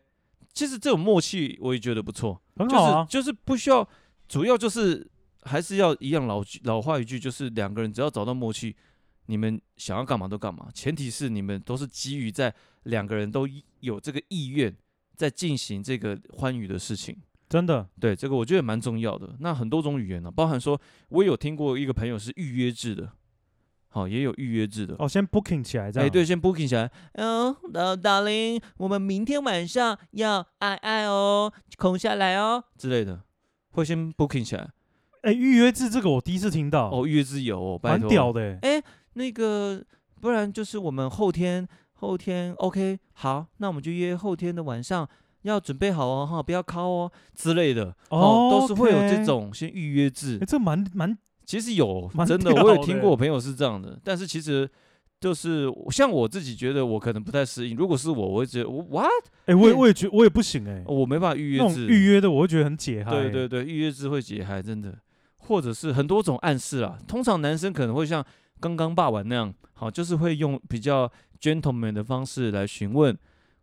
[SPEAKER 2] 其实这种默契我也觉得不错，
[SPEAKER 1] 很
[SPEAKER 2] 就
[SPEAKER 1] 好啊
[SPEAKER 2] 是。就是不需要，主要就是还是要一样老句老话一句，就是两个人只要找到默契，你们想要干嘛都干嘛，前提是你们都是基于在两个人都一有这个意愿，在进行这个欢愉的事情。
[SPEAKER 1] 真的，
[SPEAKER 2] 对，这个我觉得蛮重要的。那很多种语言呢、啊包含说，我也有听过一个朋友是预约制的，好，也有预约制的。
[SPEAKER 1] 哦，先 booking 起来这
[SPEAKER 2] 哎，
[SPEAKER 1] 样。
[SPEAKER 2] 对，，先 booking 起来。
[SPEAKER 3] 嗯，呃，darling，我们明天晚上要爱爱哦，空下来哦。
[SPEAKER 2] 之类的，会先 booking 起来。
[SPEAKER 1] 哎，预约制这个我第一次听到，
[SPEAKER 2] 哦，预约制有哦，拜
[SPEAKER 1] 蛮
[SPEAKER 2] 托，
[SPEAKER 1] 屌的欸。
[SPEAKER 3] 那个，不然就是我们后天，后天 OK，好，那我们就约后天的晚上，要准备好哦，哈，不要靠哦。
[SPEAKER 2] 之类的，
[SPEAKER 1] 哦，
[SPEAKER 2] 都是会有
[SPEAKER 1] OK
[SPEAKER 2] 这，种先预约制
[SPEAKER 1] 哎，。这蛮蛮
[SPEAKER 2] 其实有
[SPEAKER 1] 蛮，
[SPEAKER 2] 真的，
[SPEAKER 1] 屌
[SPEAKER 2] 我
[SPEAKER 1] 的
[SPEAKER 2] 有听过我朋友是这样的，但是其实。就是像我自己觉得我可能不太适应，如果是我，我会觉得我 what
[SPEAKER 1] 哎，我也
[SPEAKER 2] 嗯
[SPEAKER 1] 我也觉我也不行哎，
[SPEAKER 2] 我没办法哦预约
[SPEAKER 1] 那种
[SPEAKER 2] 制，
[SPEAKER 1] 预约的我会觉得很解嗨。欸
[SPEAKER 2] 对对，对，预约制会解嗨，真的，或者是很多种暗示啦。通常男生可能会像刚刚霸王那样，好，就是会用比较 gentleman 的方式来询问，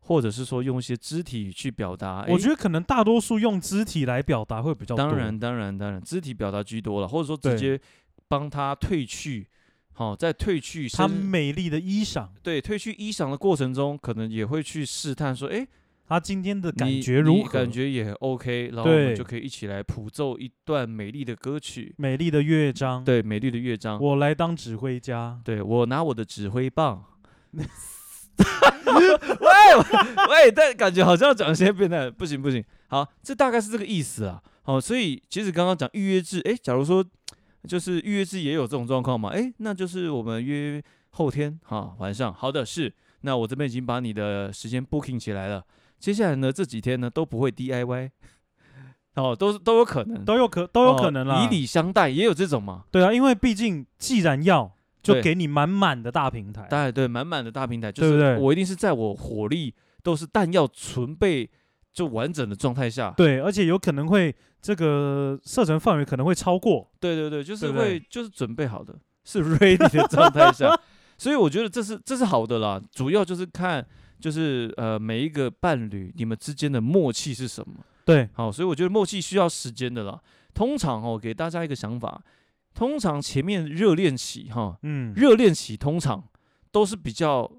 [SPEAKER 2] 或者是说用一些肢体去表达。
[SPEAKER 1] 我
[SPEAKER 2] 诶
[SPEAKER 1] 觉得可能大多数用肢体来表达会比较多。
[SPEAKER 2] 哎当然，当然，当然，肢体表达居多了，或者说
[SPEAKER 1] 对
[SPEAKER 2] 直接帮他褪去，好，在褪去
[SPEAKER 1] 她
[SPEAKER 2] 身
[SPEAKER 1] 美丽的衣裳，
[SPEAKER 2] 对褪去衣裳的过程中，可能也会去试探说，诶，
[SPEAKER 1] 她今天的感
[SPEAKER 2] 你
[SPEAKER 1] 觉如
[SPEAKER 2] 你
[SPEAKER 1] 何？
[SPEAKER 2] 感觉也 OK，然后我们
[SPEAKER 1] 对
[SPEAKER 2] 就可以一起来谱奏一段美丽的歌曲。
[SPEAKER 1] 美丽的乐章，
[SPEAKER 2] 对，美丽的乐章。
[SPEAKER 1] 我来当指挥家。
[SPEAKER 2] 对我拿我的指挥 棒。喂喂，但感觉好像要讲一些变态，不行不行。好，这大概是这个意思啊。好，所以其实刚刚讲预约制，诶，假如说就是预约制也有这种状况嘛，诶，那就是我们约后天哈、晚上。好的，是。那我这边已经把你的时间 booking 起来了，接下来呢这几天呢都不会 DIY，哦，都是都有可能，
[SPEAKER 1] 都有可都有
[SPEAKER 2] 哦
[SPEAKER 1] 可能啦，
[SPEAKER 2] 以礼相待也有这种嘛。
[SPEAKER 1] 对啊，因为毕竟既然要，就
[SPEAKER 2] 对
[SPEAKER 1] 给你满满的大平台。
[SPEAKER 2] 当然对，满满的大平台，就
[SPEAKER 1] 对不对
[SPEAKER 2] 是我一定是在我火力都是弹药存备就完整的状态下，
[SPEAKER 1] 对，而且有可能会这个射程范围可能会超过，
[SPEAKER 2] 对对对，就是
[SPEAKER 1] 对
[SPEAKER 2] 会
[SPEAKER 1] 不对
[SPEAKER 2] 就是准备好的，是 ready 的状态 下，所以我觉得这是这是好的啦，主要就是看就是呃每一个伴侣你们之间的默契是什么，
[SPEAKER 1] 对，
[SPEAKER 2] 好，所以我觉得默契需要时间的啦，通常哦给大家一个想法，通常前面热恋期哈、
[SPEAKER 1] 嗯，
[SPEAKER 2] 热恋期通常都是比较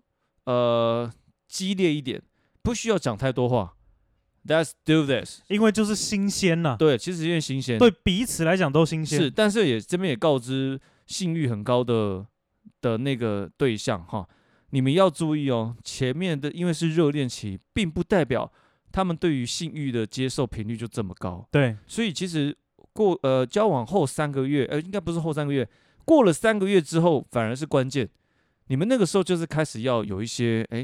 [SPEAKER 2] 呃激烈一点，不需要讲太多话。Let's do this。
[SPEAKER 1] 因为就是新鲜呐、
[SPEAKER 2] 对，其实因为新鲜，
[SPEAKER 1] 对彼此来讲都新鲜，
[SPEAKER 2] 是，但是也这边也告知性欲很高的的那个对象哈，你们要注意哦，前面的因为是热恋期，并不代表他们对于性欲的接受频率就这么高。
[SPEAKER 1] 对，
[SPEAKER 2] 所以其实过呃交往后三个月，呃应该不是后三个月，过了三个月之后反而是关键。你们那个时候就是开始要有一些哎，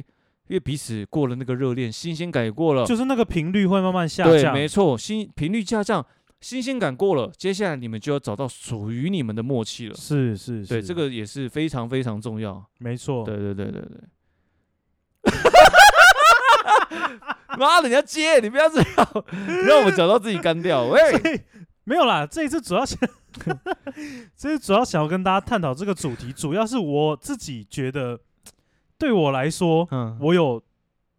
[SPEAKER 2] 因为彼此过了那个热恋，新鲜感也过了，
[SPEAKER 1] 就是那个频率会慢慢下
[SPEAKER 2] 哦对，
[SPEAKER 1] 降，
[SPEAKER 2] 没错，新频率下降，新鲜感过了，接下来你们就要找到属于你们的默契了。
[SPEAKER 1] 是是是，哦
[SPEAKER 2] 对，这个也是非常非常重要。
[SPEAKER 1] 没错，
[SPEAKER 2] 对对对对 对。妈的，你要接，你不要这样， 让我讲到自己干掉。喂，
[SPEAKER 1] 没有啦，这一次主要想， 这一次主要想要跟大家探讨这个主题，主要是我自己觉得，对我来说，
[SPEAKER 2] 嗯，
[SPEAKER 1] 我有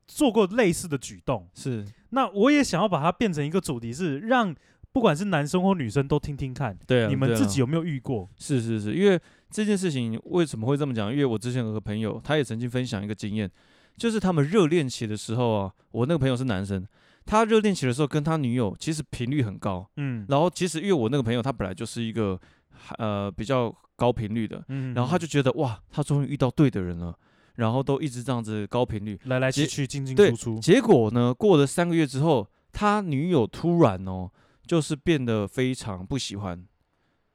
[SPEAKER 1] 做过类似的举动，
[SPEAKER 2] 是，
[SPEAKER 1] 那我也想要把它变成一个主题，是让不管是男生或女生都听听看，
[SPEAKER 2] 对啊，
[SPEAKER 1] 你们
[SPEAKER 2] 对啊
[SPEAKER 1] 自己有没有遇过？
[SPEAKER 2] 是是是，因为这件事情为什么会这么讲？因为我之前有个朋友，他也曾经分享一个经验，就是他们热恋期的时候啊，我那个朋友是男生，他热恋期的时候跟他女友其实频率很高，
[SPEAKER 1] 嗯
[SPEAKER 2] 然后其实因为我那个朋友他本来就是一个呃比较高频率的，
[SPEAKER 1] 嗯
[SPEAKER 2] 然后他
[SPEAKER 1] 就
[SPEAKER 2] 就觉得哇，他终于遇到对的人了，然后都一直这样子高频率，
[SPEAKER 1] 来来去
[SPEAKER 2] 结
[SPEAKER 1] 去进进
[SPEAKER 2] 对
[SPEAKER 1] 出出，
[SPEAKER 2] 结果呢，过了三个月之后，他女友突然哦，就是变得非常不喜欢。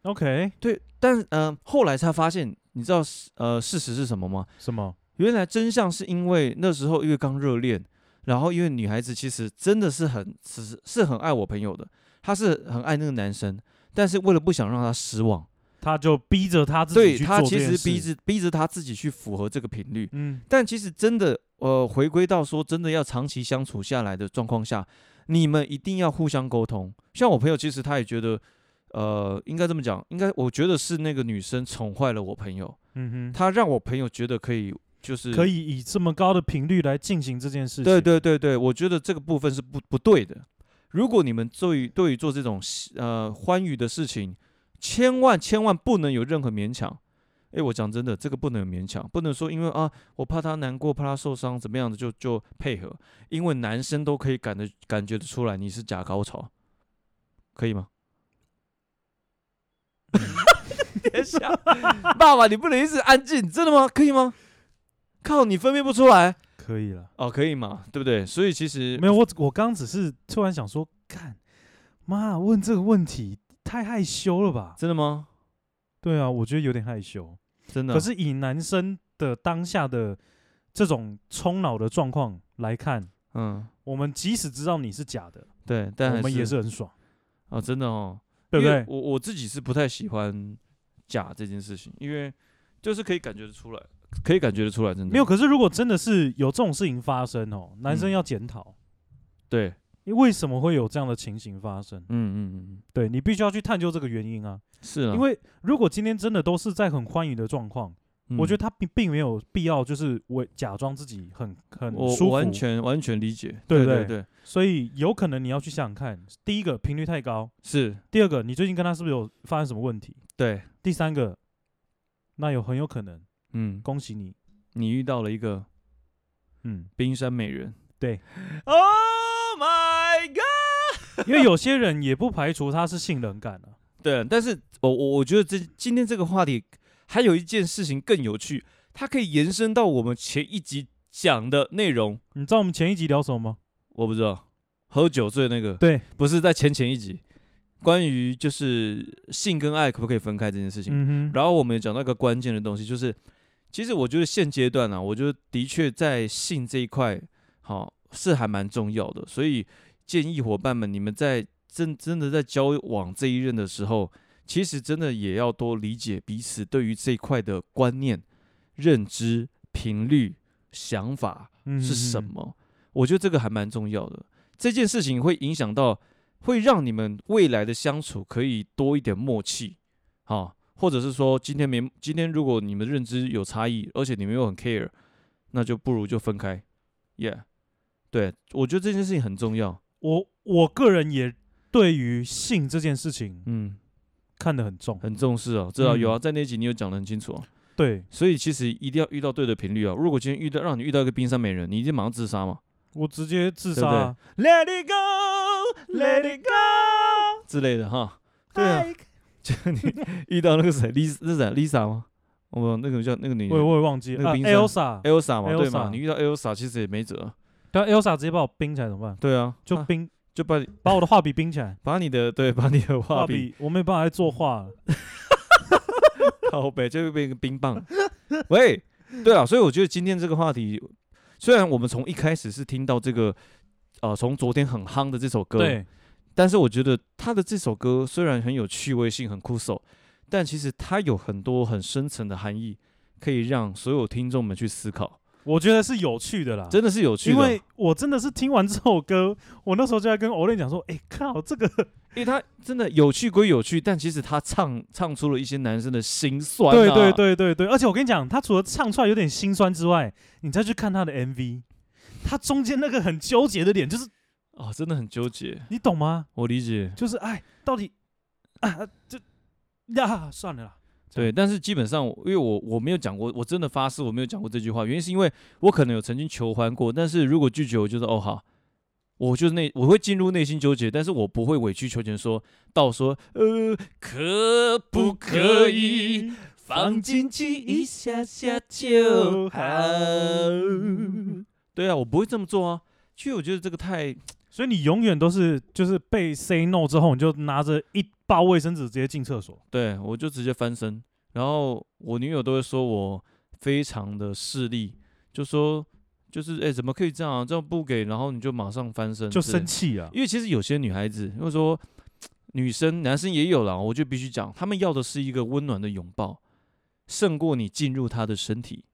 [SPEAKER 1] OK，
[SPEAKER 2] 对，但嗯、呃后来才发现，你知道是呃事实是什么吗？
[SPEAKER 1] 什么？
[SPEAKER 2] 原来真相是因为那时候因为刚热恋，然后因为女孩子其实真的是很是是很爱我朋友的，她是很爱那个男生，但是为了不想让他失望，
[SPEAKER 1] 他就逼着他自
[SPEAKER 2] 对
[SPEAKER 1] 己去
[SPEAKER 2] 她
[SPEAKER 1] 做
[SPEAKER 2] 其
[SPEAKER 1] 这件
[SPEAKER 2] 实
[SPEAKER 1] 事
[SPEAKER 2] 逼，着逼着他自己去符合这个频率。
[SPEAKER 1] 嗯，
[SPEAKER 2] 但其实真的，呃，回归到说真的要长期相处下来的状况下，你们一定要互相沟通。像我朋友，其实他也觉得，呃，应该这么讲，应该我觉得是那个女生宠坏了我朋友，
[SPEAKER 1] 嗯哼，
[SPEAKER 2] 她让我朋友觉得可以，就是
[SPEAKER 1] 可
[SPEAKER 2] 以。
[SPEAKER 1] 以以这么高的频率来进行这件事情。
[SPEAKER 2] 对对对对，我觉得这个部分是不不对的。如果你们对于对于做这种呃欢愉的事情，千万千万不能有任何勉强。诶，我讲真的，这个不能有勉强，不能说因为啊，我怕他难过，怕他受伤，怎么样的就就配合，因为男生都可以感得感觉得出来你是假高潮，可以吗？别笑， 爸爸，你不能一直安静，真的吗？可以吗？靠，你分辨不出来，
[SPEAKER 1] 可以了。
[SPEAKER 2] 哦，可以嘛，对不对？所以其实
[SPEAKER 1] 没有，我我刚只是突然想说，干妈问这个问题太害羞了吧？
[SPEAKER 2] 真的吗？
[SPEAKER 1] 对啊，我觉得有点害羞。
[SPEAKER 2] 真的啊，
[SPEAKER 1] 可是以男生的当下的这种冲脑的状况来看，
[SPEAKER 2] 嗯，
[SPEAKER 1] 我们即使知道你是假的，
[SPEAKER 2] 对，但
[SPEAKER 1] 我们也
[SPEAKER 2] 是
[SPEAKER 1] 是很爽，
[SPEAKER 2] 哦，真的哦，
[SPEAKER 1] 对不
[SPEAKER 2] 因为
[SPEAKER 1] 对？
[SPEAKER 2] 我我自己是不太喜欢假这件事情，因为就是可以感觉得出来，可以感觉得出来，真的
[SPEAKER 1] 没有，可是如果真的是有这种事情发生哦，男
[SPEAKER 2] 嗯
[SPEAKER 1] 生要检讨，
[SPEAKER 2] 对，
[SPEAKER 1] 因为为什么会有这样的情形发生？
[SPEAKER 2] 嗯嗯嗯，
[SPEAKER 1] 对你必须要去探究这个原因啊，
[SPEAKER 2] 是啊，
[SPEAKER 1] 因为如果今天真的都是在很欢愉的状况，我觉
[SPEAKER 2] 得
[SPEAKER 1] 得他并并没有必要就是伪假装自己很很
[SPEAKER 2] 我
[SPEAKER 1] 舒
[SPEAKER 2] 我
[SPEAKER 1] 服，
[SPEAKER 2] 完全完全理解，
[SPEAKER 1] 对不
[SPEAKER 2] 对
[SPEAKER 1] 对
[SPEAKER 2] 对，
[SPEAKER 1] 所以有可能你要去想想看，第一个频率太高，
[SPEAKER 2] 是，
[SPEAKER 1] 第二个你最近跟他是不是有发生什么问题，
[SPEAKER 2] 对，
[SPEAKER 1] 第三个，那有很有可能，
[SPEAKER 2] 嗯，
[SPEAKER 1] 恭喜你，
[SPEAKER 2] 你遇到了一个
[SPEAKER 1] 嗯，
[SPEAKER 2] 冰山美人，
[SPEAKER 1] 对
[SPEAKER 2] ，Oh my God。
[SPEAKER 1] 因为有些人也不排除他是性冷感啊，
[SPEAKER 2] 对，但是我我我觉得这今天这个话题还有一件事情更有趣，它可以延伸到我们前一集讲的内容。
[SPEAKER 1] 你知道我们前一集聊什么吗？
[SPEAKER 2] 我不知道喝酒醉那个，
[SPEAKER 1] 对，
[SPEAKER 2] 不是在前前一集，关于就是性跟爱可不可以分开这件事情。
[SPEAKER 1] 嗯哼，
[SPEAKER 2] 然后我们也讲到一个关键的东西，就是其实我觉得现阶段啊，我觉得的确在性这一块，好、是还蛮重要的。所以建议伙伴们，你们在真真的在交往这一任的时候，其实真的也要多理解彼此对于这一块的观念、认知、频率、想法，
[SPEAKER 1] 嗯
[SPEAKER 2] 是什
[SPEAKER 1] 哼？
[SPEAKER 2] 么？我觉得这个还蛮重要的。这件事情会影响到，会让你们未来的相处可以多一点默契，啊，或者是说今天没今天如果你们认知有差异，而且你们又很 care，那就不如就分开，yeah。对，我觉得这件事情很重要。
[SPEAKER 1] 我我个人也对于性这件事情
[SPEAKER 2] 嗯，
[SPEAKER 1] 看得很重，
[SPEAKER 2] 很重视哦，知道有啊，
[SPEAKER 1] 嗯
[SPEAKER 2] 在那集你有讲得很清楚哦。
[SPEAKER 1] 对
[SPEAKER 2] 所以其实一定要遇到对的频率哦。如果今天遇到让你遇到一个冰山美人，你一定马上自杀嘛
[SPEAKER 1] 我直接自
[SPEAKER 2] 对
[SPEAKER 1] 杀
[SPEAKER 2] 不对
[SPEAKER 1] 啊。
[SPEAKER 2] ？Let it go, let it go 之类的哈。对啊，就你遇到那个谁，Lisa 那是谁啊 Lisa 吗？我们那个叫那个女
[SPEAKER 1] 我也我也忘记
[SPEAKER 2] 嗯那个
[SPEAKER 1] 啊
[SPEAKER 2] 冰山
[SPEAKER 1] ，Elsa，
[SPEAKER 2] Elsa 嘛，对
[SPEAKER 1] Elsa
[SPEAKER 2] 嘛？你遇到 Elsa 其实也没辙，
[SPEAKER 1] 但 Elsa 直接把我冰起来怎么办？
[SPEAKER 2] 对啊，
[SPEAKER 1] 就
[SPEAKER 2] 啊
[SPEAKER 1] 冰，
[SPEAKER 2] 就把你
[SPEAKER 1] 把我的画笔冰起来，
[SPEAKER 2] 把你的 对把你的画
[SPEAKER 1] 画
[SPEAKER 2] 笔
[SPEAKER 1] 笔我没办法再作画了。
[SPEAKER 2] 靠背就会变一个冰棒。 喂，对啊，所以我觉得今天这个话题，虽然我们从一开始是听到这个，呃，从昨天很夯的这首歌，
[SPEAKER 1] 对，
[SPEAKER 2] 但是我觉得他的这首歌虽然很有趣味性、很酷手，但其实它有很多很深层的含义，可以让所有听众们去思考，
[SPEAKER 1] 我觉得是有趣的啦，
[SPEAKER 2] 真的是有趣的。
[SPEAKER 1] 啊因为我真的是听完这首歌，我那时候就在跟欧 n 讲说，哎、靠，这个
[SPEAKER 2] 因为他真的有趣归有趣，但其实他唱唱出了一些男生的心酸、啊
[SPEAKER 1] 对对，对对对，而且我跟你讲，他除了唱出来有点心酸之外，你再去看他的 MV，他中间那个很纠结的脸，就是
[SPEAKER 2] 哦，真的很纠结。
[SPEAKER 1] 你懂吗？
[SPEAKER 2] 我理解，
[SPEAKER 1] 就是哎，到底啊这呀、算了啦，这
[SPEAKER 2] 对，
[SPEAKER 1] 样
[SPEAKER 2] 但是基本上，因为我我没有讲过，我真的发誓我没有讲过这句话，原因是因为我可能有曾经求欢过，但是如果拒绝，我就是哦好，我就是内我会进入内心纠结，但是我不会委曲求全说到说呃可不可以放进去一下下
[SPEAKER 1] 嗯
[SPEAKER 2] 就好。对啊，我不会这么做啊。其实我觉得这个太
[SPEAKER 1] 所以你永远都是就是被 say no 之后，你就拿着一包卫生纸直接进厕所。
[SPEAKER 2] 对我就直接翻身，然后我女友都会说我非常的势利，就说就是哎、怎么可以这样、啊？这样不给，然后你就马上翻身，
[SPEAKER 1] 就
[SPEAKER 2] 生
[SPEAKER 1] 生
[SPEAKER 2] 气。
[SPEAKER 1] 气啊！
[SPEAKER 2] 因为其实有些女孩子，或者说女生、男生也有啦，我就必须讲，他们要的是一个温暖的拥抱，胜过你进入她的身体。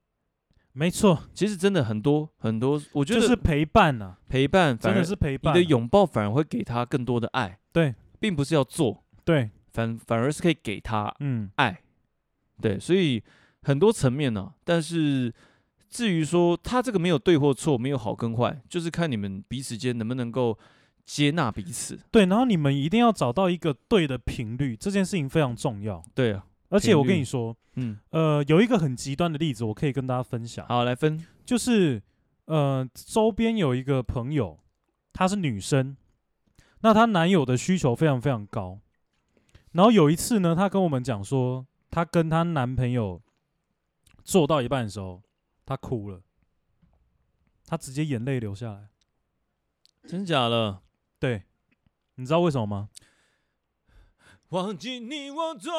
[SPEAKER 1] 没错，
[SPEAKER 2] 其实真的很多很多，我觉
[SPEAKER 1] 就
[SPEAKER 2] 得
[SPEAKER 1] 是陪伴啊呐、
[SPEAKER 2] 陪伴
[SPEAKER 1] 真
[SPEAKER 2] 反而
[SPEAKER 1] 的是陪
[SPEAKER 2] 你
[SPEAKER 1] 伴啊、
[SPEAKER 2] 的拥抱反而会给她更多的爱，
[SPEAKER 1] 对，
[SPEAKER 2] 并不是要做，
[SPEAKER 1] 对，
[SPEAKER 2] 反反而是可以给她
[SPEAKER 1] 嗯，
[SPEAKER 2] 爱，对，所以很多层面呢、但是至于说他这个没有对或错，没有好跟坏，就是看你们彼此间能不能够接纳彼此。
[SPEAKER 1] 对。然后你们一定要找到一个对的频率，这件事情非常重要。
[SPEAKER 2] 对啊，
[SPEAKER 1] 而且我
[SPEAKER 2] 频
[SPEAKER 1] 跟
[SPEAKER 2] 率
[SPEAKER 1] 你说，
[SPEAKER 2] 嗯，
[SPEAKER 1] 呃，有一个很极端的例子，我可以跟大家分享，
[SPEAKER 2] 好，来分，
[SPEAKER 1] 就是呃，周边有一个朋友，她是女生，那她男友的需求非常非常高。然后有一次呢，她跟我们讲说，她跟她男朋友做到一半的时候，她哭了，她直接眼泪流下来。
[SPEAKER 2] 真假了？
[SPEAKER 1] 对，你知道为什么吗？
[SPEAKER 2] 忘记你我做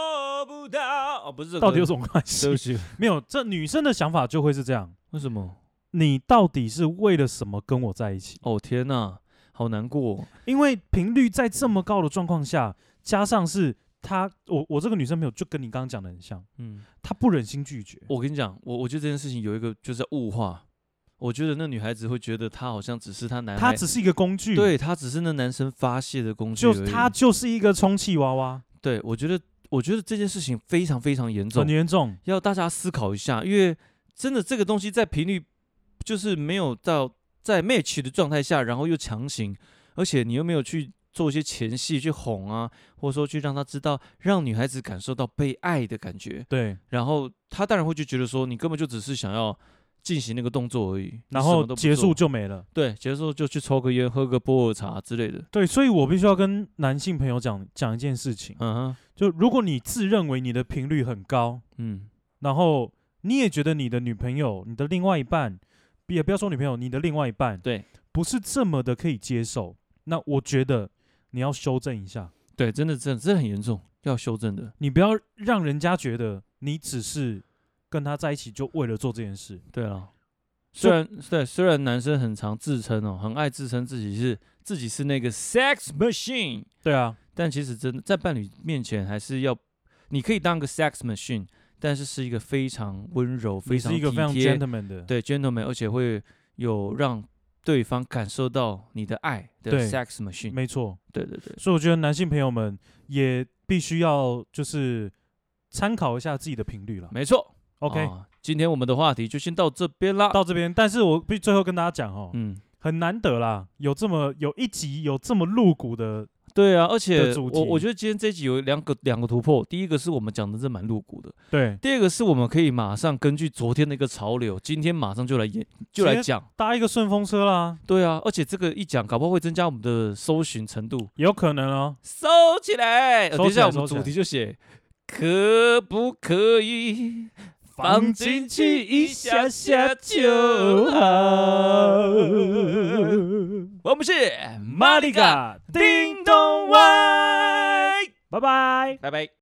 [SPEAKER 2] 不到，哦，不是这个
[SPEAKER 1] 到底有什么关
[SPEAKER 2] 对
[SPEAKER 1] 系
[SPEAKER 2] 不？起，
[SPEAKER 1] 没有，这女生的想法就会是这样：
[SPEAKER 2] 为什么？
[SPEAKER 1] 你到底是为了什么跟我在一起？
[SPEAKER 2] 哦天哪，好难过哦、
[SPEAKER 1] 因为频率在这么高的状况下，加上是她，我我这个女生朋友就跟你刚刚讲的很像，
[SPEAKER 2] 嗯，
[SPEAKER 1] 她不忍心拒绝。
[SPEAKER 2] 我跟你讲，我我觉得这件事情有一个就是物化，我觉得那女孩子会觉得她好像只是她男孩
[SPEAKER 1] 她只是一个工具，，
[SPEAKER 2] 哎对他只是那男生发泄的工具而
[SPEAKER 1] 就
[SPEAKER 2] 已，
[SPEAKER 1] 是她就是一个充气娃娃，
[SPEAKER 2] 对我觉得，我觉得这件事情非常非常严重
[SPEAKER 1] 很，严重。
[SPEAKER 2] 要大家思考一下，因为真的这个东西在频率就是没有到在 match 的状态下，然后又强行，而且你又没有去做一些前戏去哄啊，或者说去让他知道，让女孩子感受到被爱的感觉，
[SPEAKER 1] 对，
[SPEAKER 2] 然后她当然会就觉得说，你根本就只是想要进行那个动作而已，你
[SPEAKER 1] 然
[SPEAKER 2] 什么
[SPEAKER 1] 后
[SPEAKER 2] 都不
[SPEAKER 1] 结束
[SPEAKER 2] 做
[SPEAKER 1] 就没了。
[SPEAKER 2] 对结束就去抽个烟、喝个波尔茶之类的，
[SPEAKER 1] 对，所以我必须要跟男性朋友讲讲一件事情，
[SPEAKER 2] 嗯哼，
[SPEAKER 1] 就如果你自认为你的频率很高，
[SPEAKER 2] 嗯。
[SPEAKER 1] 然后你也觉得你的女朋友、你的另外一半，也不要说女朋友，你的另外一半，
[SPEAKER 2] 对，
[SPEAKER 1] 不是这么的可以接受，那我觉得你要修正一下，
[SPEAKER 2] 对，真的，真的，这很严重，要修正的。
[SPEAKER 1] 你不要让人家觉得你只是跟他在一起就为了做这件事。
[SPEAKER 2] 对啊，
[SPEAKER 1] 就
[SPEAKER 2] 虽然对，虽然男生很常自称哦，很爱自称自己是自己是那个 sex machine，
[SPEAKER 1] 对啊，
[SPEAKER 2] 但其实真的在伴侣面前还是要，你可以当个 sex machine，但是是一个非常温柔、非
[SPEAKER 1] 你
[SPEAKER 2] 常
[SPEAKER 1] 是一个
[SPEAKER 2] 体
[SPEAKER 1] 非常
[SPEAKER 2] 贴
[SPEAKER 1] gentleman 的，
[SPEAKER 2] 对 gentleman，而且会有让对方感受到你的爱的
[SPEAKER 1] 对
[SPEAKER 2] sex machine。
[SPEAKER 1] 没错。
[SPEAKER 2] 对对对，
[SPEAKER 1] 所以我觉得男性朋友们也必须要就是参考一下自己的频率了。
[SPEAKER 2] 没错。
[SPEAKER 1] OK，、
[SPEAKER 2] 啊今天我们的话题就先到这边啦。
[SPEAKER 1] 到这边，但是我必最后跟大家讲哦，
[SPEAKER 2] 嗯。
[SPEAKER 1] 很难得啦，有这么有一集有这么露骨的，
[SPEAKER 2] 对啊，而且
[SPEAKER 1] 主
[SPEAKER 2] 我我
[SPEAKER 1] 题
[SPEAKER 2] 觉得今天这集有两个两个突破，第一个是我们讲的这蛮露骨的，
[SPEAKER 1] 对，
[SPEAKER 2] 第二个是我们可以马上根据昨天的一个潮流，今天马上就来演就
[SPEAKER 1] 直
[SPEAKER 2] 来
[SPEAKER 1] 接
[SPEAKER 2] 讲。
[SPEAKER 1] 搭一个顺风车啦，
[SPEAKER 2] 对啊，而且这个一讲，搞不好会增加我们的搜寻程度，
[SPEAKER 1] 有可能哦。
[SPEAKER 2] 搜起来。呃
[SPEAKER 1] 搜
[SPEAKER 2] 等一
[SPEAKER 1] 起
[SPEAKER 2] 下
[SPEAKER 1] 来
[SPEAKER 2] 我们
[SPEAKER 1] 搜起
[SPEAKER 2] 主
[SPEAKER 1] 来
[SPEAKER 2] 题就写可不可以放进去一下下就好。我们是
[SPEAKER 1] 玛
[SPEAKER 2] 玛
[SPEAKER 1] 丽
[SPEAKER 2] 丽嘎
[SPEAKER 1] 嘎，叮咚外，拜拜。
[SPEAKER 2] 拜拜。